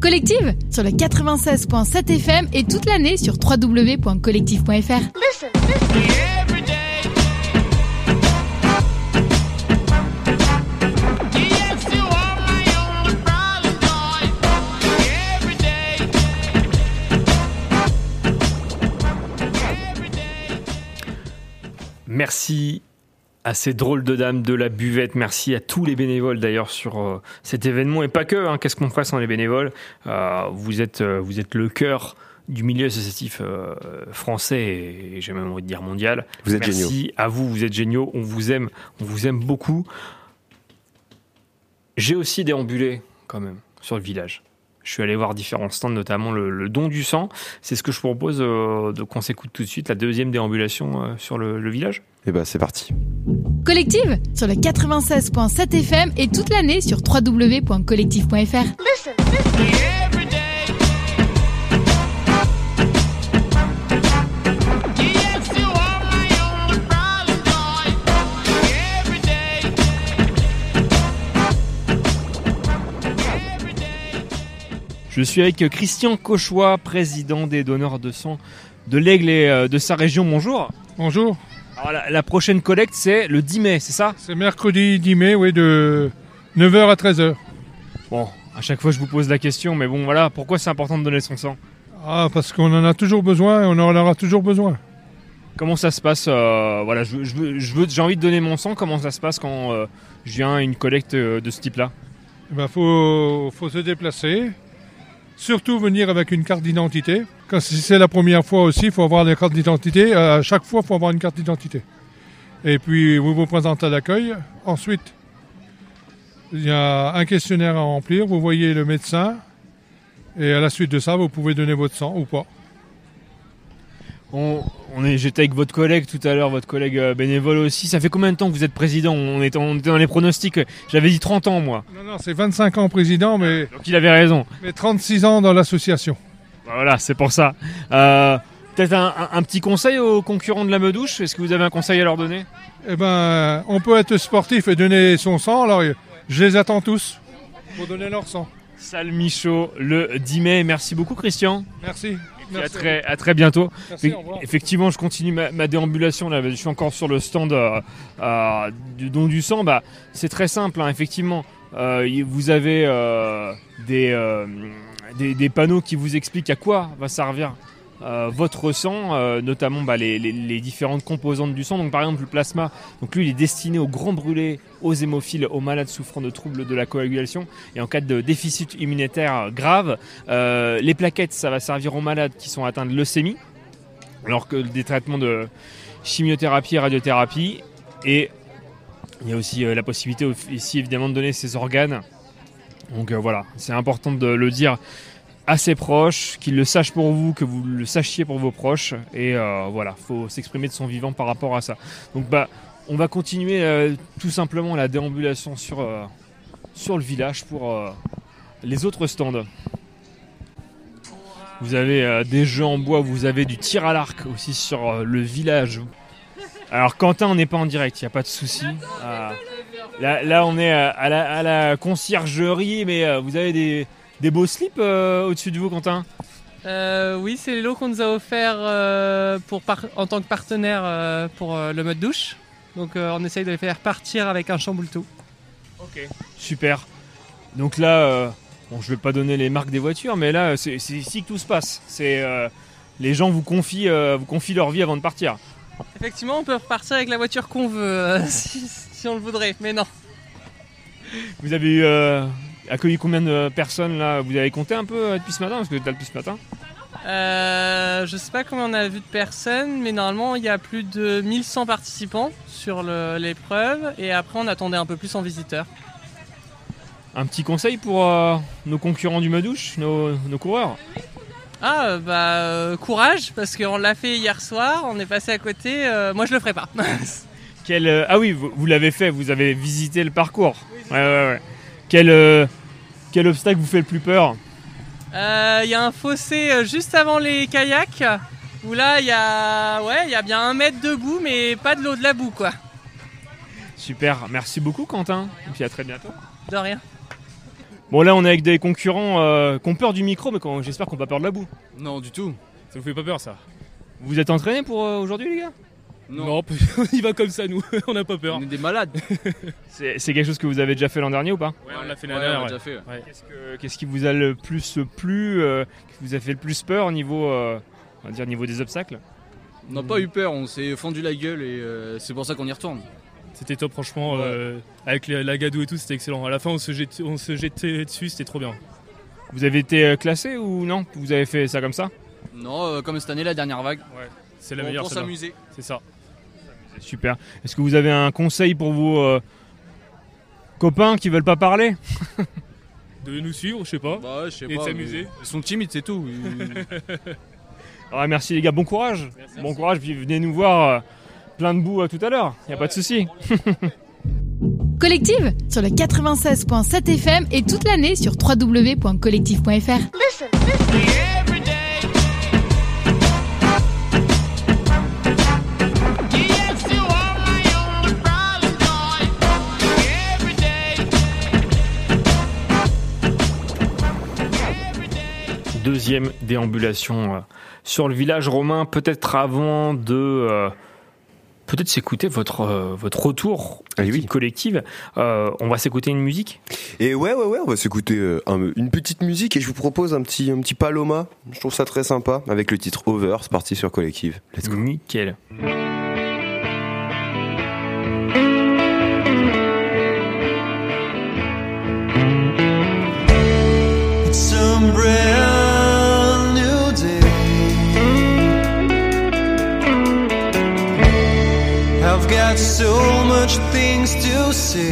Collective sur le 96.7 FM et toute l'année sur www.collectif.fr. Merci à ces drôles de dames de la buvette. Merci à tous les bénévoles d'ailleurs sur euh, cet événement et pas que. hein. Qu'est-ce qu'on ferait sans les bénévoles Euh, Vous êtes, euh, vous êtes le cœur du milieu associatif euh, français et, et j'ai même envie de dire mondial. Vous êtes Merci géniaux. à vous, vous êtes géniaux. On vous aime, on vous aime beaucoup. J'ai aussi déambulé quand même sur le village. Je suis allé voir différents stands, notamment le, le don du sang. C'est ce que je propose euh, de- qu'on s'écoute tout de suite, la deuxième déambulation euh, sur le- le village. Et ben c'est parti. Collective sur le 96.7 FM et toute l'année sur www.collectif.fr. Je suis avec Christian Cauchois, président des donneurs de sang de l'Aigle et euh, de sa région. Bonjour. Bonjour. Alors, la, la prochaine collecte, c'est le 10 mai, c'est ça C'est mercredi 10 mai, oui, de 9h à 13h. Bon, à chaque fois, je vous pose la question, mais bon, voilà, pourquoi c'est important de donner son sang Ah, parce qu'on en a toujours besoin et on en aura toujours besoin. Comment ça se passe euh, Voilà, je veux- je veux- je veux- j'ai envie de donner mon sang. Comment ça se passe quand euh, je viens à une collecte euh, de ce type-là Il Eh ben, faut, faut se déplacer, surtout venir avec une carte d'identité. Quand si c'est la première fois aussi, il faut avoir la carte d'identité. Euh, À chaque fois, il faut avoir une carte d'identité. Et puis, vous vous présentez à l'accueil. Ensuite, il y a un questionnaire à remplir. Vous voyez le médecin. Et à la suite de ça, vous pouvez donner votre sang ou pas. On, on est, j'étais avec votre collègue tout à l'heure, votre collègue euh, bénévole aussi. Ça fait combien de temps que vous êtes président on était, on était dans les pronostics. J'avais dit 30 ans, moi. Ah, Non, non, c'est 25 ans président, mais, Donc il avait raison. mais 36 ans dans l'association. Bah Voilà, c'est pour ça. Euh, Peut-être un, un- un petit conseil aux concurrents de la Meudouche Est-ce que vous avez un conseil à leur donner Eh ben, on peut être sportif et donner son sang, alors je les attends tous. Pour donner leur sang. Salle Michaud, le 10 mai. Merci beaucoup, Christian. Merci. Puis à Merci. très, à très bientôt. Merci, Fait- au revoir. Effectivement, je continue ma, ma déambulation. Là, je suis encore sur le stand euh, euh, du don du sang. Bah, c'est très simple, hein, effectivement. Euh, y- vous avez euh, des, euh, des, des panneaux qui vous expliquent à quoi va servir euh, votre sang, euh, notamment bah, les, les- les différentes composantes du sang. Donc, par exemple, le plasma, donc lui, il est destiné aux grands brûlés, aux hémophiles, aux malades souffrant de troubles de la coagulation et en cas de déficit immunitaire grave. Euh, les plaquettes, ça va servir aux malades qui sont atteints de leucémie alors que des traitements de chimiothérapie et radiothérapie. Et il y a aussi euh, la possibilité au- ici évidemment de donner ses organes. Donc euh, voilà, c'est important de le dire à ses proches, qu'ils le sachent pour vous, que vous le sachiez pour vos proches. Et euh, voilà, faut s'exprimer de son vivant par rapport à ça. Donc bah, on va continuer euh, tout simplement la déambulation sur, euh, sur le village pour euh, les autres stands. Vous avez euh, des jeux en bois, vous avez du tir à l'arc aussi sur euh, le village. Alors Quentin, on n'est pas en direct, il n'y a pas de souci. Ah. Euh, là, là, on est euh, à la, à la conciergerie, mais euh, vous avez des, Des beaux slips euh, au-dessus de vous, Quentin Euh, oui, c'est les lots qu'on nous a offerts euh, pour par- en tant que partenaire euh, pour euh, le mode douche. Donc euh, on essaye de les faire partir avec un chamboultou. Ok. Super. Donc là, euh, bon, je vais pas donner les marques des voitures, mais là, euh, c'est c'est ici que tout se passe. C'est euh, les gens vous confient, euh, vous confient leur vie avant de partir. Effectivement, on peut repartir avec la voiture qu'on veut euh, si, si on le voudrait, mais non. Vous avez eu, euh, accueilli combien de personnes là Vous avez compté un peu euh, depuis ce matin parce que vous êtes là depuis ce matin. Euh, je sais pas combien on a vu de personnes, mais normalement il y a plus de 1100 participants sur le- l'épreuve et après on attendait un peu plus en visiteurs. Un petit conseil pour euh, nos concurrents du Madouche, nos, nos coureurs. Ah euh, bah euh, courage parce qu'on l'a fait hier soir, on est passé à côté, euh, moi je le ferai pas. Quel, euh, ah oui, vous, vous l'avez fait, vous avez visité le parcours. Ouais, ouais, ouais. Quel, euh, quel obstacle vous fait le plus peur Euh, Il y a un fossé euh, juste avant les kayaks où là il y a ouais il y a bien un mètre de boue mais pas de l'eau de la boue quoi. Super, merci beaucoup Quentin, et puis à très bientôt. De rien. Bon là on est avec des concurrents euh, qui ont peur du micro, mais qu'on- j'espère qu'on n'a pas peur de la boue. Non, du tout. Ça vous fait pas peur, ça Vous êtes entraînés pour euh, aujourd'hui les gars Non, on y va comme ça, nous. on n'a pas peur. On est des malades. C'est c'est quelque chose que vous avez déjà fait l'an dernier ou pas Ouais, on l'a fait l'année l'année dernière, dernière. ouais. Qu'est-ce que- Qu'est-ce qui vous a le plus plu, euh, qui vous a fait le plus peur au niveau, euh, on va dire, niveau des obstacles On n'a pas eu peur, on s'est fendu la gueule et euh, c'est pour ça qu'on y retourne. C'était top, franchement. euh, avec la, la gadoue et tout, c'était excellent. À la fin, on se, jet- on se jetait dessus, c'était trop bien. Vous avez été euh, classé ou non Vous avez fait ça comme ça Non, euh, comme cette année, la dernière vague. Ouais, C'est la meilleure. Pour celle-là. s'amuser. C'est ça. Super. Est-ce que vous avez un conseil pour vos euh, copains qui veulent pas parler De nous suivre, je sais pas. Bah ouais, je sais et pas, de mais s'amuser. Ils sont timides, c'est tout. Ils- Ah, Merci les gars, bon courage. Bon courage, puis venez nous voir euh, plein de boue euh, tout à l'heure. Il a pas de souci. Collective sur le 96.7 FM et toute l'année sur www.collectif.fr. Deuxième déambulation euh, sur le village romain, peut-être avant de euh, peut-être s'écouter votre, euh, votre retour Eh équipe collective. Euh, on va s'écouter une musique. Et Eh ouais, ouais, ouais, on va s'écouter euh, un- une petite musique et je vous propose un petit, un petit paloma. Je trouve ça très sympa avec le titre Over. C'est parti sur Collective. Let's go. Nickel. It's a brand new day. I've got so much things to say.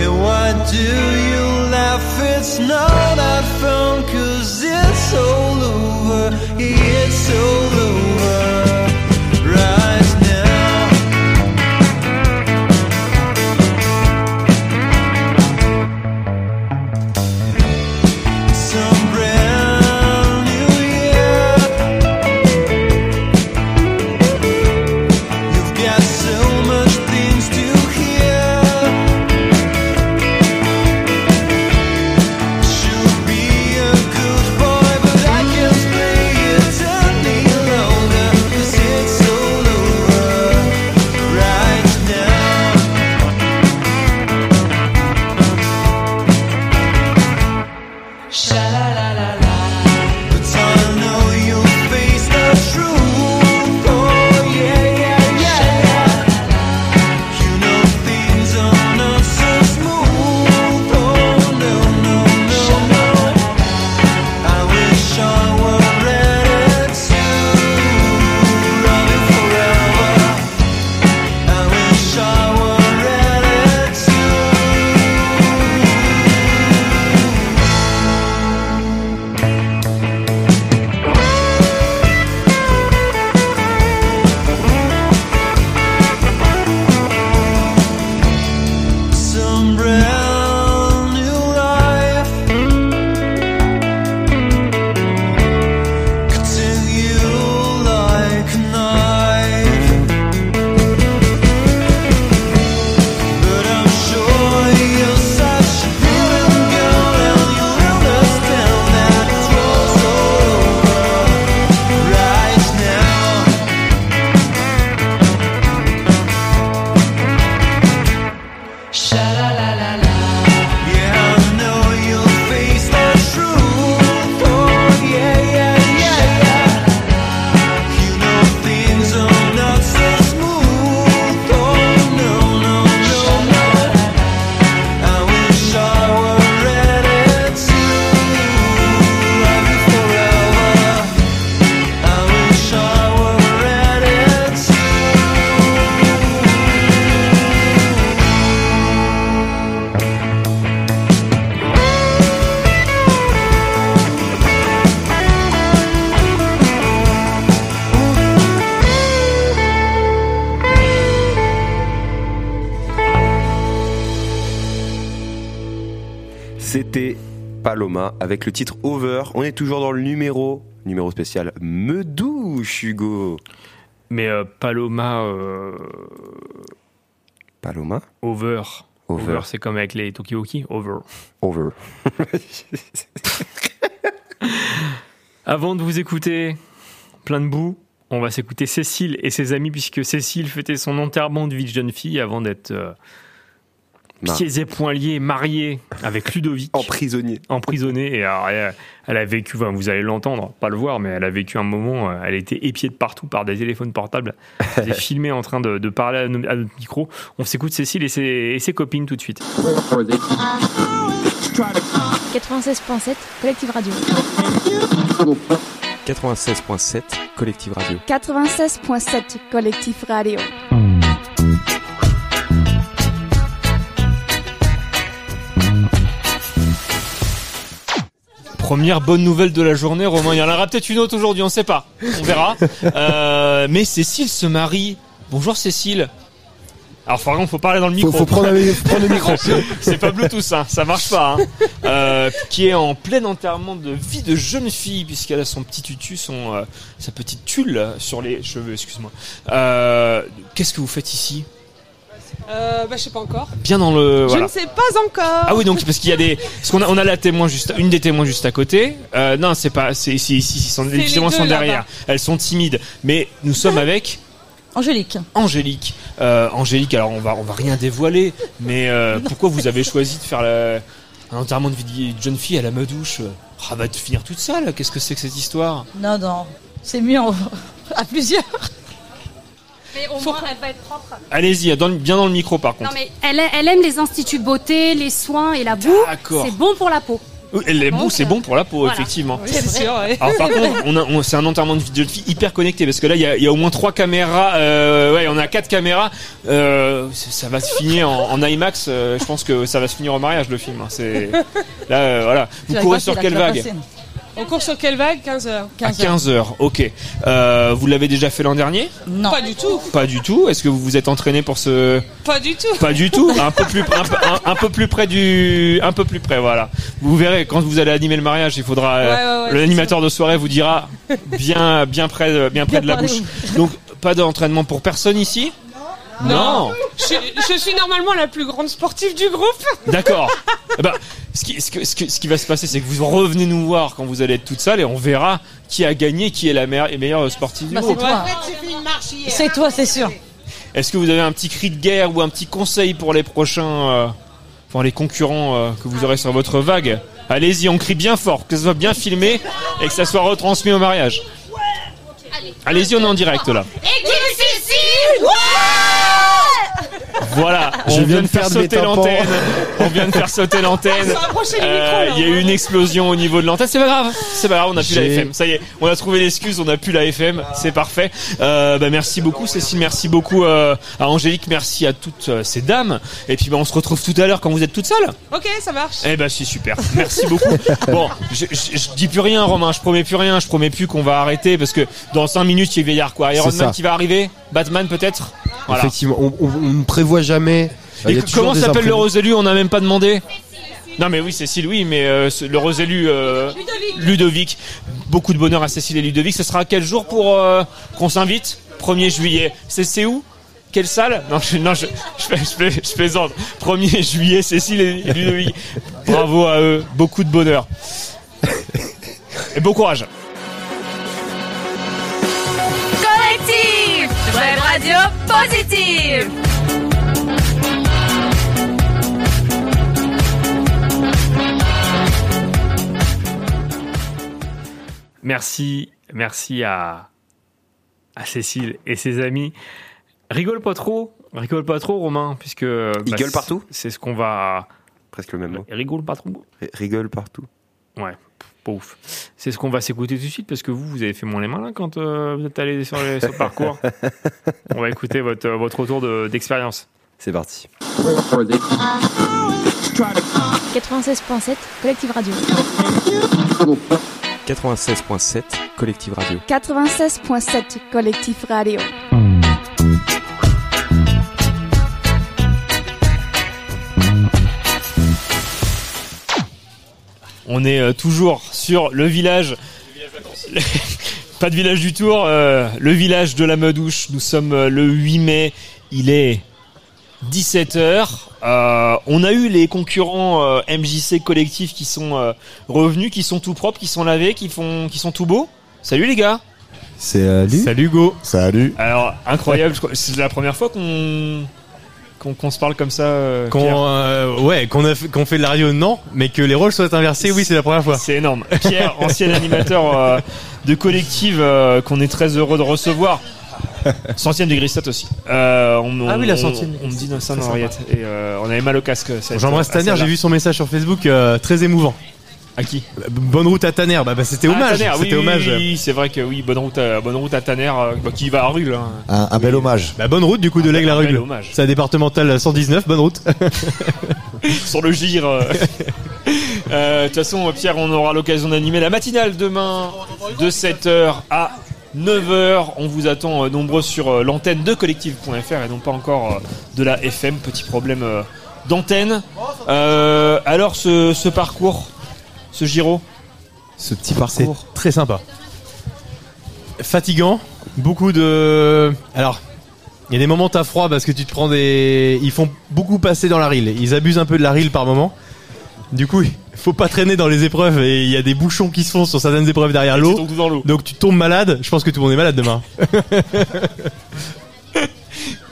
And why do you laugh? It's not that fun, cause it's all over. It's all over right now. Some brand new year. You've got so much things to hear. Should be a good boy, but I can't play it Oh, Oh, Oh, Oh, C'était Paloma avec le titre Over. On est toujours dans le numéro, numéro spécial Me douche, Hugo. Mais euh, Paloma. euh, Paloma Over. Over. Over, c'est comme avec les Tokioki. Over. Over. Avant de vous écouter, plein de boue, on va s'écouter Cécile et ses amis, puisque Cécile fêtait son enterrement de vie de jeune fille avant d'être euh, Mar- pieds et poings liés, mariée avec Ludovic. Emprisonnée. Emprisonnée. Et alors, elle, elle a vécu, enfin, vous allez l'entendre, pas le voir, mais elle a vécu un moment, euh, elle était épiée de partout par des téléphones portables. Elle est filmée en train de, de parler à no- à notre micro. On s'écoute Cécile et ses, et ses copines tout de suite. 96.7, Collective Radio. 96.7, Collective Radio. 96.7, Collectif Radio. Première bonne nouvelle de la journée, Romain. Il y en aura peut-être une autre aujourd'hui, on sait pas. On verra. Euh, mais Cécile se marie. Bonjour Cécile. Alors, par contre, faut parler dans le micro. faut prendre le- faut prendre le micro. C'est pas Bluetooth, hein, ça marche pas. hein. Euh, qui est en plein enterrement de vie de jeune fille, puisqu'elle a son petit tutu, son, euh, sa petite tulle euh, sur les cheveux, excuse-moi. Euh, Qu'est-ce que vous faites ici Euh, bah, je sais pas encore. Bien dans le. Je Euh, voilà. ne sais pas encore. Ah oui, donc parce qu'il y a des, parce qu'on a, on a la témoin juste, une des témoins juste à côté. Euh, non, c'est pas, c'est ici, ici, ils sont, C'est les les témoins deux sont là-bas. derrière. Elles sont timides, mais nous sommes avec Angélique. Angélique. Euh, Angélique, alors on va, on va rien dévoiler, mais euh, pourquoi vous avez choisi de faire la- un enterrement de vie de jeune fille à la Madouche Ah, va te finir toute seule. Qu'est-ce que c'est que cette histoire Non, non. C'est mieux en- à plusieurs. Mais au moins, elle va être propre. Allez-y, dans le- bien dans le micro par Non, contre. mais elle, elle aime les instituts beauté, les soins et la boue. D'accord. C'est bon pour la peau. Oui, Les bouts, Donc, euh, c'est bon pour la peau, voilà. effectivement. Oui, c'est C'est sûr, vrai. ouais. Alors, par C'est contre, vrai. on a- on- c'est un enterrement de vie de jeune fille hyper connecté parce que là, il y a, il y a au moins trois caméras. euh, ouais, on a quatre caméras. euh, ça ça va se finir en, en IMAX. euh, je pense que ça va se finir au mariage le film. hein, c'est là, euh, voilà. Vous Tu courez vas sur pas, quelle tu vas vague passer. On court sur quelle vague 15 heures. À 15 heures. Ok. Euh, vous l'avez déjà fait l'an dernier Non. Pas du tout. Pas du tout. Est-ce que vous vous êtes entraîné pour ce Pas du tout. Pas du tout. Un peu plus, un, peu- un- un peu plus près du, un peu plus près. Voilà. Vous verrez quand vous allez animer le mariage, il faudra euh, Ouais, ouais, ouais, l'animateur de soirée vous dira bien, bien près, de, bien près de la près de bouche. Donc pas d'entraînement pour personne ici. Non. Je, je suis normalement la plus grande sportive du groupe. D'accord. Eh ben, ce, qui, ce, que- ce que- ce qui va se passer, c'est que vous revenez nous voir quand vous allez être toute seule et on verra qui a gagné, qui est la meilleure, meilleure sportive du Bah, c'est groupe. toi. C'est toi, c'est sûr. Est-ce que vous avez un petit cri de guerre ou un petit conseil pour les prochains, euh, enfin les concurrents euh, que vous aurez sur votre vague Allez-y, on crie bien fort, que ça soit bien filmé et que ça soit retransmis au mariage. Allez-y, on est en direct là. Et Cécile Voilà, Je on viens vient de de faire perdre mes sauter tampons. l'antenne. On vient de faire sauter l'antenne. Euh, Il y a eu une explosion au niveau de l'antenne. C'est pas grave, c'est pas grave, on a plus la J'ai- FM. Ça y est, on a trouvé l'excuse, on a plus la FM. C'est parfait. Euh, bah, merci beaucoup, Cécile. Merci beaucoup euh, à Angélique. Merci à toutes euh, ces dames. Et puis bah, on se retrouve tout à l'heure quand vous êtes toutes seules. Ok, ça marche. Eh ben c'est super, merci beaucoup. Bon, je, je- je dis plus rien Romain, je promets plus rien, je promets plus qu'on va arrêter parce que dans 5 minutes il y a Vieillard quoi. Iron C'est Man ça. qui va arriver, Batman peut-être. Voilà. Effectivement, on, on- on ne prévoit jamais. Ah, Il y Et a toujours comment des s'appelle imprévus. l'heureux élu On n'a même pas demandé. Non mais oui Cécile, oui mais euh, ce- l'heureux élu euh, Ludovic. Beaucoup de bonheur à Cécile et Ludovic. Ce sera quel jour pour euh, qu'on s'invite 1er juillet. C'est c'est où quelle salle Non, je, non je, je, je- je plaisante. 1er juillet, Cécile et Ludovic. Bravo à eux, beaucoup de bonheur. Et bon courage. Collectif Web Radio Positive Merci, merci à, à Cécile et ses amis. Rigole pas trop, rigole pas trop, Romain, puisque. Il gueule c'est- partout C'est ce qu'on va. Presque le même mot. Rigole pas trop. Rigole partout. Ouais, pff, pas ouf. C'est ce qu'on va s'écouter tout de suite parce que vous, vous avez fait moins les mains là quand euh, vous êtes allé sur, les- sur le parcours. On va écouter votre, euh, votre retour de- d'expérience. C'est parti. 96.7 Collectif Radio. 96.7 Collective Radio. 96.7 Collectif Radio. On est euh, toujours sur le village. Pas de village du Tour, euh, le village de la Meudouche. Nous sommes euh, le 8 mai. Il est 17h. Euh, on a eu les concurrents euh, MJC collectifs qui sont euh, revenus, qui sont tout propres, qui sont lavés, qui, font, qui sont tout beaux. Salut les gars Salut. Salut Hugo. euh, Salut. Alors, incroyable, je crois- c'est la première fois qu'on qu'on qu'on se parle comme ça. euh, Pierre. Qu'on euh, ouais, qu'on a fait, qu'on fait de la radio, non, mais que les rôles soient inversés, oui, c'est la première fois. C'est énorme. Pierre, ancien animateur euh, de collective euh, qu'on est très heureux de recevoir. Centième degré 7 aussi. Euh, on, Ah on- oui, la on- centième. On, me dit dans ça dans C'est l'oreillette. Et euh, on avait mal au casque. cette- J'embrasse à Tanner, celle-là. j'ai vu son message sur Facebook, euh, très émouvant. Ah, Bah, À qui Bonne route à Tanner, bah, bah, c'était Ah, hommage. Tanner, oui, c'était oui, hommage. oui, oui, c'est vrai que oui, bonne route à, bonne route à Tanner euh, bah, qui va à Rulle. hein. Un, bel hommage. Bah, bonne route du coup de l'aigle à bel rugle. hommage. C'est la départementale 119, bonne route. sur le gire. euh. Euh, De toute façon, Pierre, on aura l'occasion d'animer la matinale demain de 7h à 9h. On vous attend euh, nombreux sur euh, l'antenne de collective.fr et non pas encore euh, de la FM. Petit problème euh, d'antenne. Euh, alors, ce, ce parcours, ce giro Ce petit parcours. Très sympa. Fatigant, beaucoup de. Alors, il y a des moments t'as froid parce que tu te prends des. Ils font beaucoup passer dans la rille. Ils abusent un peu de la rille par moment. Du coup, il faut pas traîner dans les épreuves et il y a des bouchons qui se font sur certaines épreuves derrière Et tu l'eau. tombes tout dans l'eau. Donc tu tombes malade. Je pense que tout le monde est malade demain.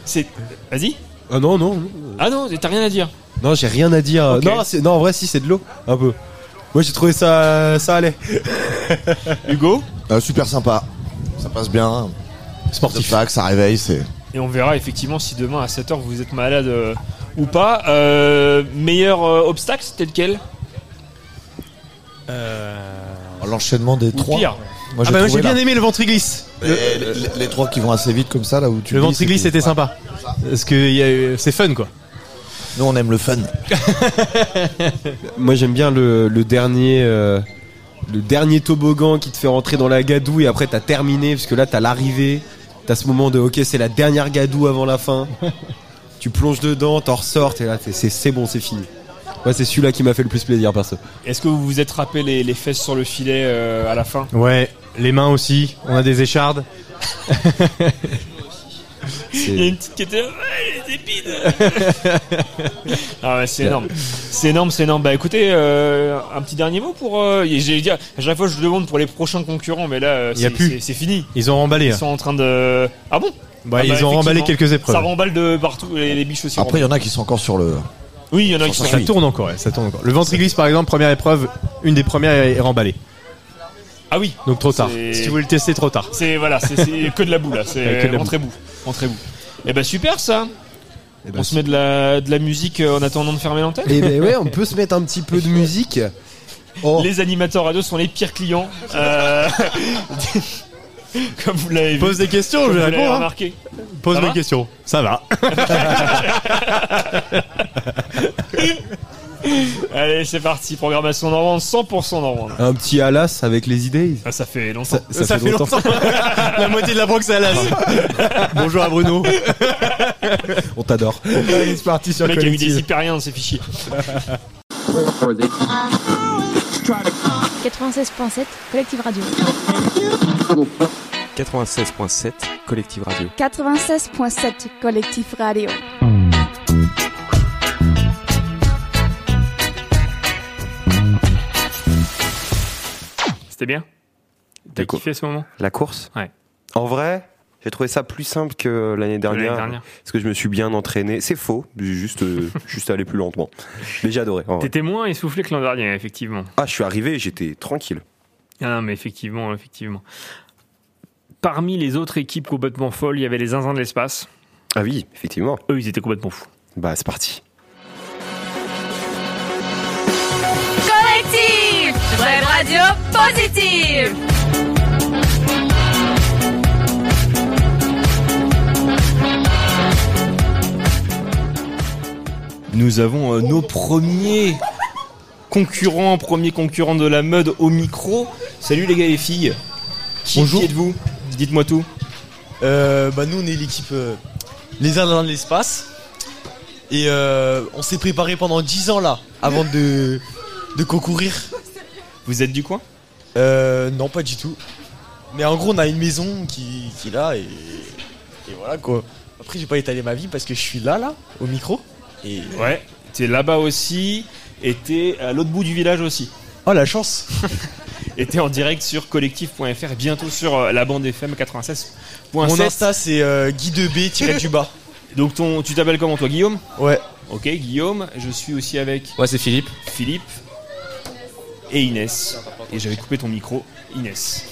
C'est. Vas-y. Ah non, non. Ah non, t'as rien à dire. Non, j'ai rien à dire. Ok. Non, c'est- non, en vrai, si, c'est de l'eau. Un peu. Moi, j'ai trouvé ça. Ça allait. Hugo Super sympa. Euh, Ça passe bien. Sportif. Ça fac, ça réveille, c'est. Et on verra effectivement si demain à 7h vous êtes malade euh, ou pas. Euh, meilleur euh, obstacle, c'était lequel Euh, L'enchaînement des trois. pire. Moi, Euh, Ah bah, moi, trouvé j'ai bien là. aimé le ventriglisse. Mais Les, les- les trois qui vont assez vite comme ça, là où tu. Le dis, ventriglisse était sympa. Parce que il y a eu- c'est fun, quoi. Nous, on aime le fun. Moi j'aime bien le, le dernier euh, le dernier toboggan qui te fait rentrer dans la gadoue et après t'as terminé parce que là t'as l'arrivée, t'as ce moment de ok c'est la dernière gadoue avant la fin. tu plonges dedans, t'en ressors et là t'es- c'est c'est bon c'est fini. Ouais c'est celui-là qui m'a fait le plus plaisir perso. Est-ce que vous vous êtes râpé les, les fesses sur le filet euh, à la fin Ouais, les mains aussi. On a des échardes. Il y a une petite qui était. Ouais, elle est épide Ah ouais, c'est énorme. C'est énorme, c'est énorme. Bah écoutez, euh, un petit dernier mot pour. euh, et J'allais dire, à chaque fois je demande pour les prochains concurrents, mais là, euh, Il y a c'est- plus. c'est- c'est fini. Ils ont remballé, Ils là. sont en train de. Ah bon Bah, Ah ils ont remballé effectivement. quelques épreuves. Ça remballe de partout, les, les biches aussi. Après, il y en a qui sont encore sur le. Oui, il y en a qui sont. Ça tourne encore, ouais, ça tourne encore. Le ventriglisse, par exemple, première épreuve, une des premières est est remballée. Ah oui. Donc trop tard. C'est- Si tu veux le tester, trop tard. C'est voilà, c'est c'est que de la boue là, Ouais, que c'est de la boue. rentrez boue, rentrez boue. Et bah super ça. on se met de la, de la musique euh, en attendant de fermer l'antenne. Eh Et ben ouais, on peut se mettre un petit peu de musique. Les animateurs radio sont les pires clients. Euh, Comme vous l'avez vu. Pose des questions, Comme je vous réponds, l'avez hein. remarqué. Pose Ça mes va questions. Ça va. Allez, c'est parti. Programmation normande, 100% normande. Un petit alas avec les idées. Ah, ça fait longtemps. Ça, fait, longtemps. la moitié de la Bronx est à l'as. Bonjour à Bruno. On t'adore. Allez, c'est parti sur Le mec a eu Collective. des hyperiens, c'est fichier. 96.7 Collectif Radio. 96.7 Collective Radio. 96.7 Collectif Radio. C'était bien T'as kiffé ce moment La course Ouais. En vrai, j'ai trouvé ça plus simple que l'année l'année dernière, dernière. Parce que je me suis bien entraîné. C'est faux, j'ai juste, euh, juste allé plus lentement. Mais j'ai adoré. en vrai. T'étais moins essoufflé que l'an dernier, effectivement. Ah, je suis arrivé, j'étais tranquille. Ah non, mais effectivement, effectivement. Parmi les autres équipes complètement folles, il y avait les Zinzins de l'espace. Ah oui, effectivement. Eux, ils étaient complètement fous. Bah, c'est parti. Collectif Web Radio Positive Nous avons euh, nos premiers concurrents, premiers concurrents de la mode au micro. Salut les gars et les filles. Qui, Bonjour. êtes-vous Dites-moi tout. bah nous on est l'équipe euh, Les Indiens de l'espace. Et euh, on s'est préparé pendant 10 ans là avant de, de concourir. Vous êtes du coin Euh, non pas du tout. Mais en gros on a une maison qui, qui est là et, et voilà quoi. Après j'ai pas étalé ma vie parce que je suis là là au micro. Et Ouais. T'es là-bas aussi et t'es à l'autre bout du village aussi. Oh la chance Et t'es en direct sur collectif.fr et bientôt sur euh, la bande FM 96.7. Mon Insta c'est euh, Guy 2B tiré du bas. Donc ton, tu t'appelles comment toi Guillaume Ouais. Ok Guillaume, je suis aussi avec... Ouais, c'est Philippe. Philippe et Inès. Et j'avais coupé ton micro, Inès.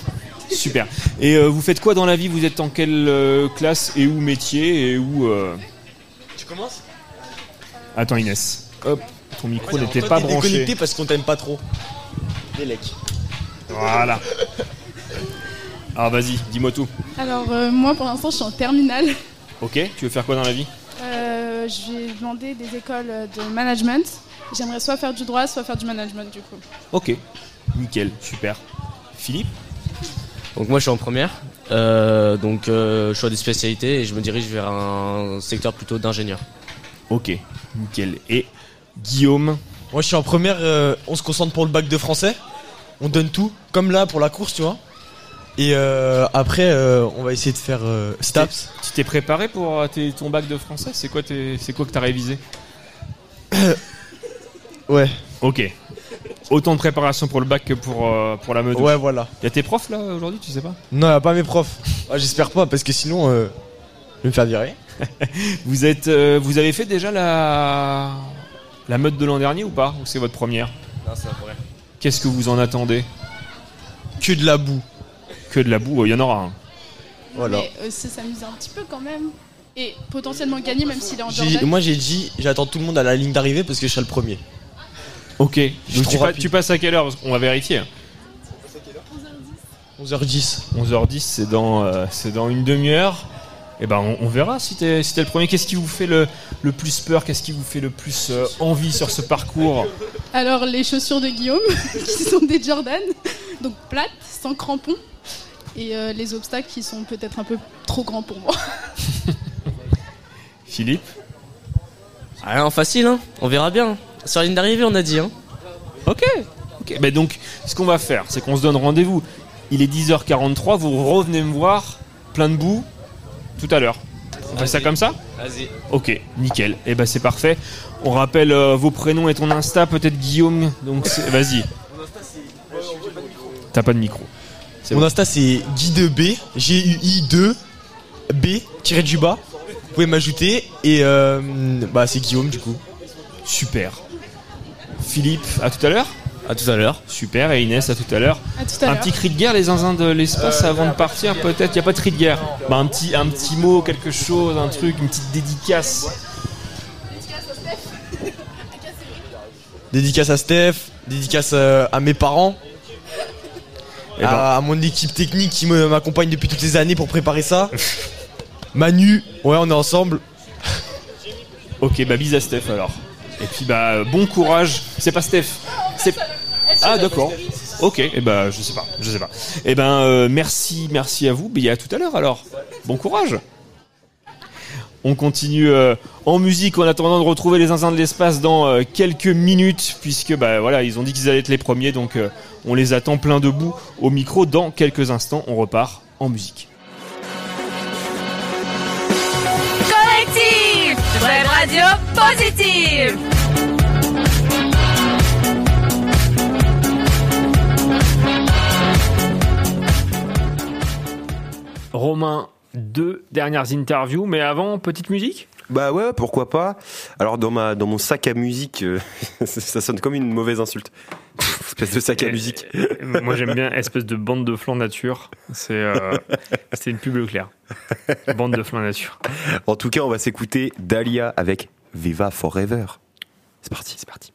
Super. Et euh, vous faites quoi dans la vie Vous êtes en quelle euh, classe et où métier et où... euh, Tu commences Attends Inès. Hop, ton micro Ouais, n'était toi, pas t'es branché. déconnecté parce qu'on t'aime pas trop. Délec. Voilà. Alors vas-y, dis-moi tout. Alors euh, moi pour l'instant je suis en terminale. Ok, tu veux faire quoi dans la vie Euh, J'ai demandé des écoles de management. J'aimerais soit faire du droit, soit faire du management du coup. Ok, nickel, super. Philippe Donc moi je suis en première, Euh, donc euh, choix des spécialités et je me dirige vers un secteur plutôt d'ingénieur. Ok, nickel. Et Guillaume Moi je suis en première, euh, on se concentre pour le bac de français. On donne tout, comme là pour la course, tu vois. Et euh, après, euh, on va essayer de faire euh, STAPS. Tu t'es préparé pour euh, tes- ton bac de français C'est quoi, tes- c'est quoi que t'as révisé Ouais. Ok. Autant de préparation pour le bac que pour, euh, pour la meute. Ouais, voilà. Y'a tes profs là aujourd'hui, tu sais pas Non, y'a pas mes profs. Ah, J'espère pas, parce que sinon, euh, je vais me faire virer. Vous êtes, euh, vous avez fait déjà la la meute de l'an dernier ou pas Ou c'est votre première Non, c'est la première. Qu'est-ce que vous en attendez Que de la boue. Que de la boue, oh, il y en aura un. Mais euh, c'est s'amuser un petit peu quand même. Et potentiellement gagner même s'il est en J'ai- Jordan. Moi j'ai dit, j'attends tout le monde à la ligne d'arrivée parce que je serai le premier. Ok, Donc trop tu, pa- rapide. tu passes à quelle heure Parce qu'on va vérifier. 11h10. 11h10, c'est dans, euh, c'est dans une demi-heure. Et ben on, on verra si t'es si t'es le premier. Qu'est-ce qui vous fait le, le plus peur Qu'est-ce qui vous fait le plus euh, envie sur ce parcours Alors les chaussures de Guillaume qui sont des Jordan, donc plates, sans crampons. Et euh, les obstacles qui sont peut-être un peu trop grands pour moi. Philippe Rien facile, hein on verra bien. Sur la ligne d'arrivée, on a dit. Hein Ok. Ok, bah donc ce qu'on va faire, c'est qu'on se donne rendez-vous. Il est 10h43, vous revenez me voir, plein de boue, tout à l'heure. On fait ça comme ça Vas-y. Ok, nickel. Et bah c'est parfait. On rappelle euh, vos prénoms et ton Insta, peut-être Guillaume. Donc c'est- vas-y, t'as pas de micro. Mon Insta c'est Guy2B, G-U-I-2-B, tiré du bas. Vous pouvez m'ajouter et euh, bah c'est Guillaume du coup. Super. Philippe, à tout à l'heure À tout à l'heure. Super, et Inès, à tout à l'heure. À tout à un l'heure. petit cri de guerre, les zinzins de l'espace, avant de partir, peut-être. Il a pas de cri de guerre. Bah, un, petit, un petit mot, quelque chose, un truc, une petite dédicace. Dédicace à Steph, dédicace euh, à mes parents, Eh ben. à, à mon équipe technique qui me- m'accompagne depuis toutes ces années pour préparer ça. Manu, ouais on est ensemble. Ok, bah bise à Steph alors. Et puis bah euh, bon courage. C'est pas Steph. C'est ah d'accord. Ok. Et bah je sais pas, je sais pas. Et ben euh, merci, merci à vous. Mais à tout à l'heure alors. Bon courage. On continue euh, en musique en attendant de retrouver les zinzins de l'espace dans euh, quelques minutes puisque bah voilà ils ont dit qu'ils allaient être les premiers donc euh, on les attend plein de boue au micro dans quelques instants. On repart en musique. Collectif Web Radio Positive Romain, deux dernières interviews, mais avant, petite musique Bah ouais, pourquoi pas. Alors dans ma dans mon sac à musique, euh, ça sonne comme une mauvaise insulte. espèce de sac à musique. Eh, Moi j'aime bien espèce de bande de flanc nature. C'est euh, c'est une pub Leclerc. Bande de flanc nature. En tout cas, on va s'écouter Dahlia avec Viva Forever. C'est parti, c'est parti.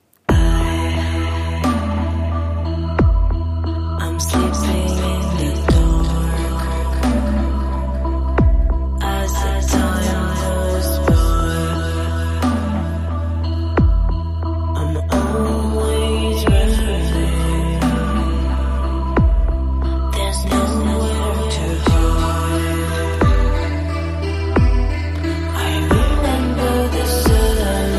I'm sleeping in the dark as the time goes by. I'm always reveling. There's nowhere to hide. I remember the sudden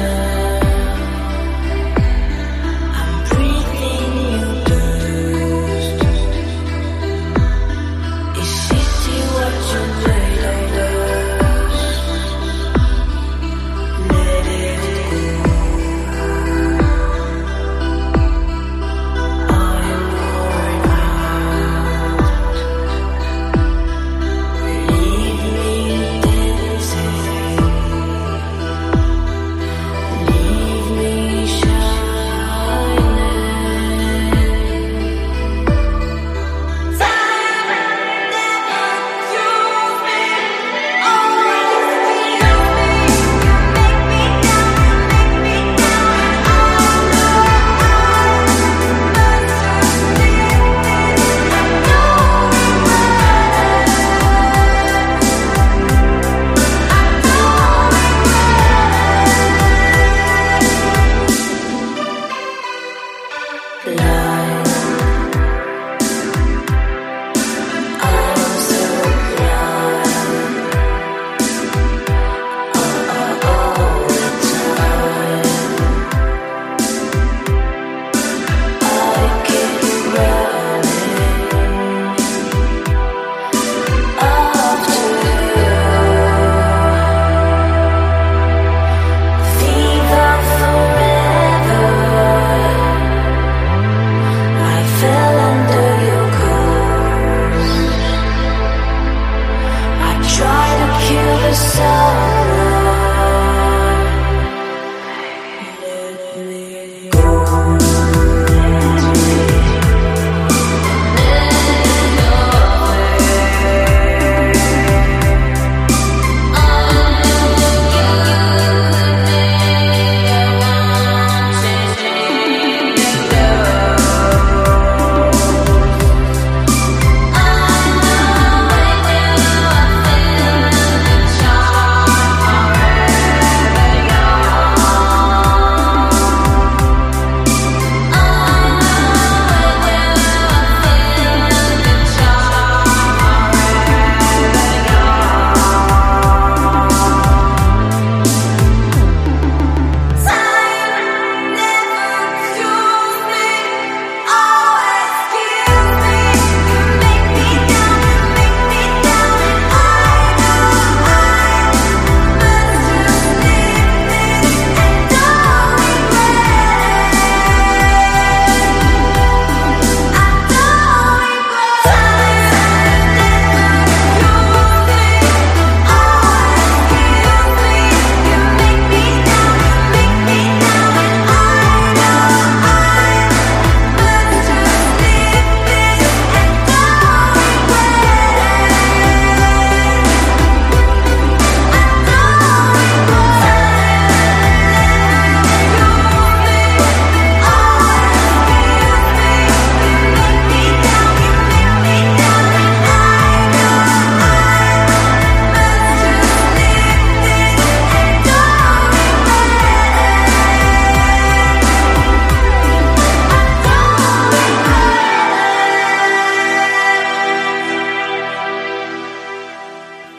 I'm breathing you dust. Is it what you played on us? Let it go. I'm worn out. Leave me dancing. Leave me shining. Viva forever. I fell under your curse. I try to kill the sorrow.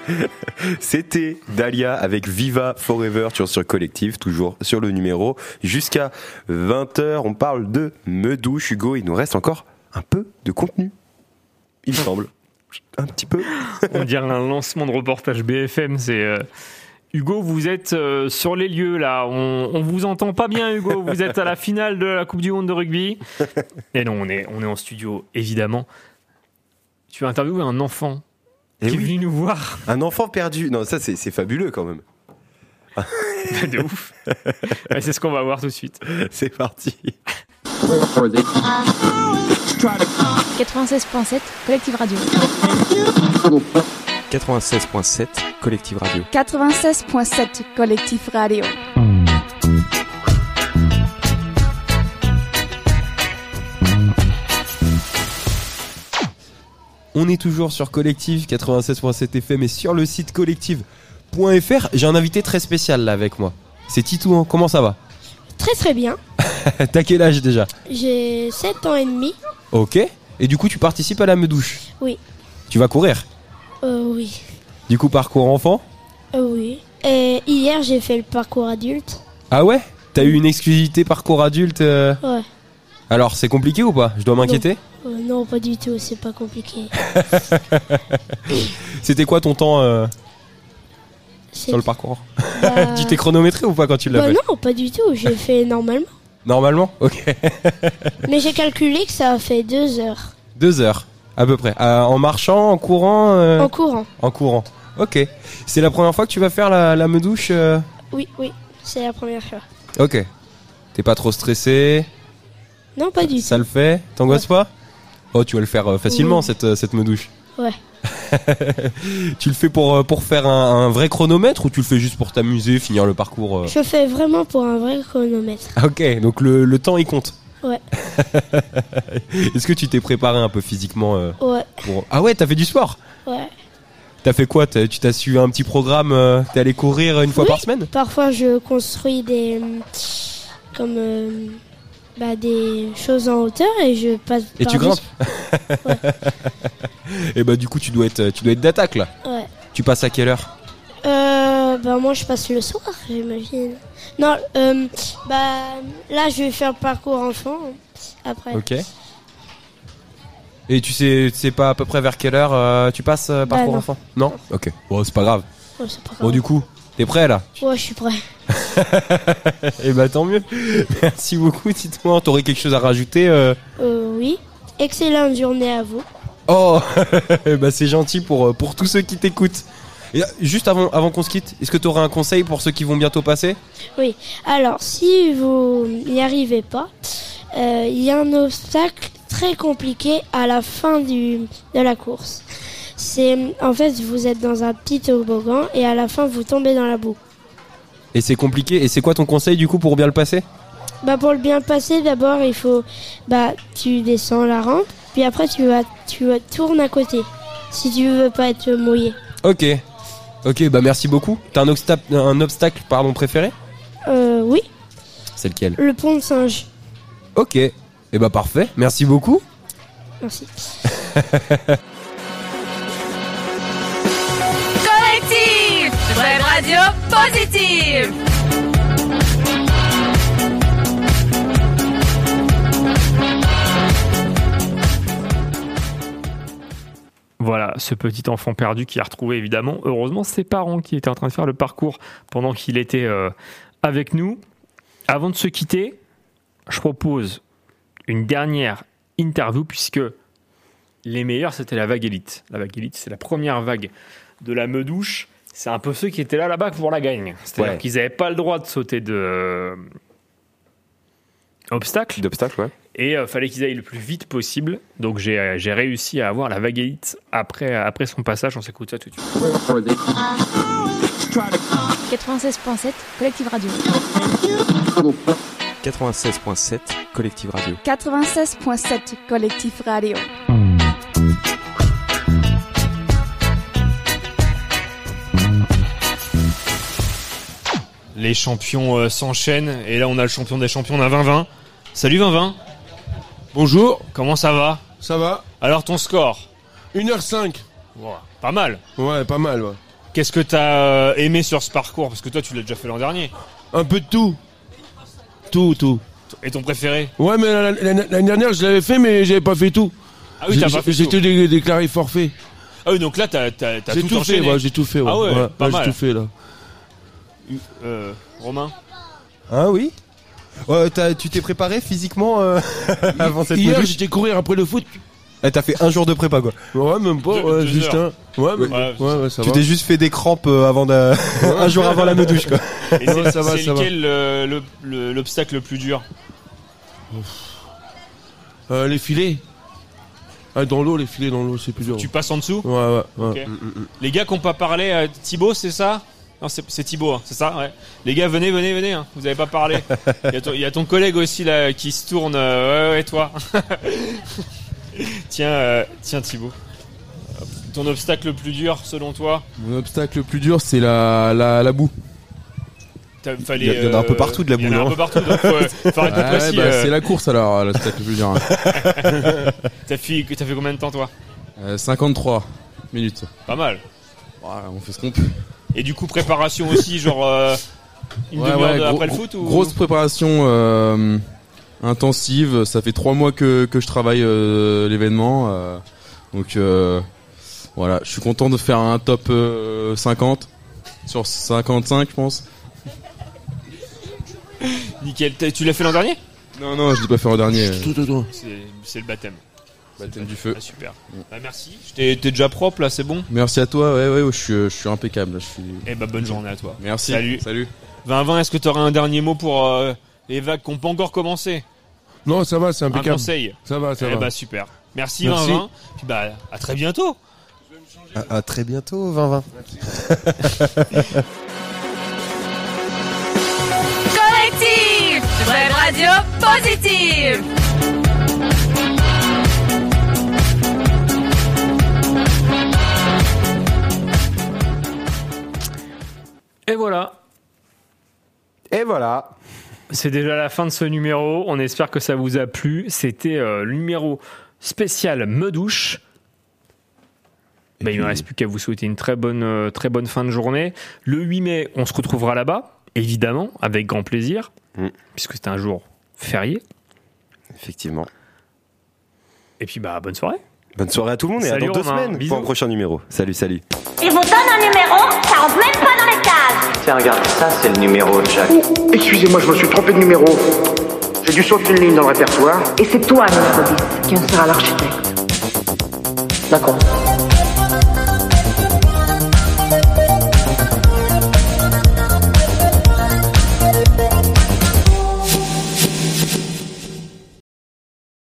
C'était Dahlia avec Viva Forever sur sur collectif, toujours sur le numéro. Jusqu'à 20h, on parle de Meudouche. Hugo, il nous reste encore un peu de contenu. Il me semble. Un petit peu. On dirait un lancement de reportage BFM. C'est euh, Hugo, vous êtes euh, sur les lieux là. On, on vous entend pas bien, Hugo. Vous êtes à la finale de la Coupe du Monde de rugby. Et non, on est, on est en studio, évidemment. Tu as interviewé un enfant Et qui Eh oui. est venu nous voir. Un enfant perdu. Non, ça, c'est c'est fabuleux quand même. de ouf. Ouais, c'est ce qu'on va voir tout de suite. C'est parti. 96.7 Collectif Radio. 96.7 Collective Radio. 96.7 Collectif Radio. On est toujours sur Collective 96.7 FM et sur le site collective.fr. J'ai un invité très spécial là avec moi. C'est Titouan, comment ça va Très très bien. T'as quel âge déjà J'ai 7 ans et demi. Ok. Et du coup, tu participes à la Medouche Oui. Tu vas courir Euh, oui. Du coup, parcours enfant Euh, oui. Et hier, j'ai fait le parcours adulte. Ah ouais T'as eu une exclusivité parcours adulte euh Ouais. Alors, c'est compliqué ou pas Je dois m'inquiéter Non. Euh, non, pas du tout, c'est pas compliqué. C'était quoi ton temps euh, sur le parcours Tu t'es chronométré ou pas quand tu l'as Bah fait non, pas du tout, j'ai fait normalement. Normalement Ok. Mais j'ai calculé que ça a fait 2 heures. Deux heures, à peu près. Euh, en marchant, en courant euh, En courant. En courant. Ok. C'est la première fois que tu vas faire la, la medouche euh Oui, oui, c'est la première fois. Ok. T'es pas trop stressé Non, pas du Ça tout. le fait T'angoisses pas Oh, tu vas le faire euh, facilement, Oui. cette, euh, cette medouche. Ouais. tu le fais pour, euh, pour faire un, un vrai chronomètre ou tu le fais juste pour t'amuser, finir le parcours euh Ah, Je fais vraiment pour un vrai chronomètre. Ok, donc le, le temps il compte. Ouais. Est-ce que tu t'es préparé un peu physiquement euh, Ouais. pour- Ah ouais, t'as fait du sport Ouais. T'as fait quoi T'as- Tu t'as suivi un petit programme euh, T'es allé courir une fois Oui, par semaine Parfois, je construis des. hum, comme. euh, bah, des choses en hauteur et je passe. Et tu par-dessus. grimpes Et bah du coup tu dois être tu dois être d'attaque là. Ouais. Tu passes à quelle heure Euh, bah, moi, je passe le soir, j'imagine. Non, euh, bah, là, je vais faire parcours enfant après. Ok. Et tu sais, tu sais pas à peu près vers quelle heure euh, tu passes euh, Bah, parcours non. enfant Non Ok. Bon c'est pas grave. Ouais, c'est pas grave. Bon du coup, t'es prêt là Ouais, je suis prêt. Et bah tant mieux. Merci beaucoup Titouan. T'aurais quelque chose à rajouter euh, Euh, oui. Excellente journée à vous. Oh Eh ben, c'est gentil pour, euh, pour tous ceux qui t'écoutent. Et, euh, Juste avant, avant qu'on se quitte, est-ce que tu aurais un conseil pour ceux qui vont bientôt passer Oui. Alors, si vous n'y arrivez pas, euh, il y a un obstacle très compliqué à la fin du, de la course. C'est en fait vous êtes dans un petit toboggan et à la fin vous tombez dans la boue. Et c'est compliqué. Et c'est quoi ton conseil du coup pour bien le passer Bah pour le bien passer d'abord il faut bah tu descends la rampe puis après tu vas tu vas- tournes à côté si tu veux pas être mouillé. Ok. Ok, bah merci beaucoup. T'as un, obsta- un obstacle pardon, préféré Euh, oui. C'est lequel Le pont de singe. Ok. Et bah parfait. Merci beaucoup. Merci. Collectif Web Radio Positive Voilà, ce petit enfant perdu qui a retrouvé évidemment, heureusement, ses parents qui étaient en train de faire le parcours pendant qu'il était euh, avec nous. Avant de se quitter, je propose une dernière interview puisque les meilleurs c'était la vague élite. La vague élite, c'est la première vague de la Medouche. C'est un peu ceux qui étaient là là-bas pour la gagne. C'est-à-dire Ouais. qu'ils n'avaient pas le droit de sauter de obstacle. D'obstacles, ouais. Et euh, fallait qu'ils aillent le plus vite possible. Donc j'ai euh, j'ai réussi à avoir la vague élite après, euh, après son passage. On s'écoute ça tout de suite. 96.7 Collectif Radio. 96.7 Collective Radio. 96.7 Collectif Radio. Les champions euh, s'enchaînent et là on a le champion des champions, on a 20-20. Salut 20-20. Bonjour. Comment ça va Ça va. Alors ton score 1h05. pas mal. Ouais, pas mal. Qu'est-ce que t'as euh, aimé sur ce parcours Parce que toi tu l'as déjà fait l'an dernier. Un peu de tout. Tout, tout. Et ton préféré Ouais, mais la- la- la- l'année dernière, je l'avais fait, mais j'avais pas fait tout. Ah oui, J'ai- t'as pas fait J'ai tout. été dé- déclaré forfait. Ah oui, donc là t'as t'as- t'as J'ai tout, fait, enchaîné. ouais, j'ai tout fait. ouais. Ah ouais, Ouais, pas ouais, mal. J'ai tout fait, là. Euh, Romain Ah oui Tu t'es préparé physiquement avant cette Hier, medouche j'étais courir après le foot. Eh, T'as fait un jour de prépa quoi Ouais, même pas, Deux- ouais, deux juste heures. un. Ouais, mais- Ouais, ouais, ouais, ça Tu va. t'es juste fait des crampes euh, avant de... un jour avant la medouche quoi. Et c'est Ouais, ça va, c'est ça va. lequel euh, le- le- l'obstacle le plus dur Euh, les filets. Ah, dans l'eau, les filets dans l'eau, c'est plus dur. Tu passes en dessous Ouais, ouais. ouais. Ok. Les gars qu'on pas parlé, euh, Thibaut, c'est ça Non, c'est c'est Thibaut, hein, c'est ça ouais. Les gars, venez, venez, venez, hein, vous avez pas parlé. Il y, a ton- il y a ton collègue aussi là qui se tourne. euh, ouais, ouais, toi. tiens, euh, tiens, Thibaut. Hop. Ton obstacle le plus dur, selon toi Mon obstacle le plus dur, c'est la, la, la boue. T'as- fallait, Il y en a un euh, peu partout de la Il y en boule, a un hein. peu partout, donc faut, faut arrêter de Ouais, précis, bah, euh. C'est la course alors, l'obstacle le plus dur. T'as fait, t'as fait combien de temps, toi Euh, 53 minutes. Pas mal. on fait ce qu'on peut. Et du coup, préparation aussi, genre euh, une Ouais, demi-heure ouais, de- gros- après le foot ou... Grosse préparation euh, intensive. Ça fait trois mois que, que je travaille euh, l'événement. euh, donc euh, voilà, je suis content de faire un top euh, 50 sur 55, je pense. Nickel. T'as- Tu l'as fait l'an dernier Non, non, je l'ai pas fait en dernier. C'est c'est le baptême. Baptême du feu. Mm. super. Bah, merci. Je t'ai- T'es déjà propre là, c'est bon Merci à toi, ouais, ouais, ouais, je suis, je suis impeccable. là, Je suis... Eh bah bonne journée à toi. Merci. Salut. Salut. 20-20, est-ce que t'aurais un dernier mot pour euh, les vagues qui n'ont pas encore commencé Non, ça va, c'est Un impeccable. conseil Ça va, ça eh va. bah super. Merci Merci. 20-20. Puis bah à très bientôt. Ah, À, à très bientôt, 2020. Collectif Web Radio Positive Et voilà. Et voilà. C'est déjà la fin de ce numéro. On espère que ça vous a plu. C'était euh, le numéro spécial Me douche. Ben, il ne reste plus qu'à vous souhaiter une très bonne, euh, très bonne fin de journée. Le 8 mai, on se retrouvera là-bas, évidemment, avec grand plaisir, Mm. puisque c'est un jour férié. Effectivement. Et puis, bah, bonne soirée. Bonne soirée à tout le monde et Salut, à dans deux Romain. semaines Bisous. pour un prochain numéro. Salut, salut. Il vous donne un numéro, ça rentre même pas dans les cases. Tiens, regarde, ça c'est le numéro de Jacques. Excusez-moi, je me suis trompé de numéro. J'ai dû sauter une ligne dans le répertoire. Et c'est toi, Mr. Beast, qui en sera l'architecte. D'accord.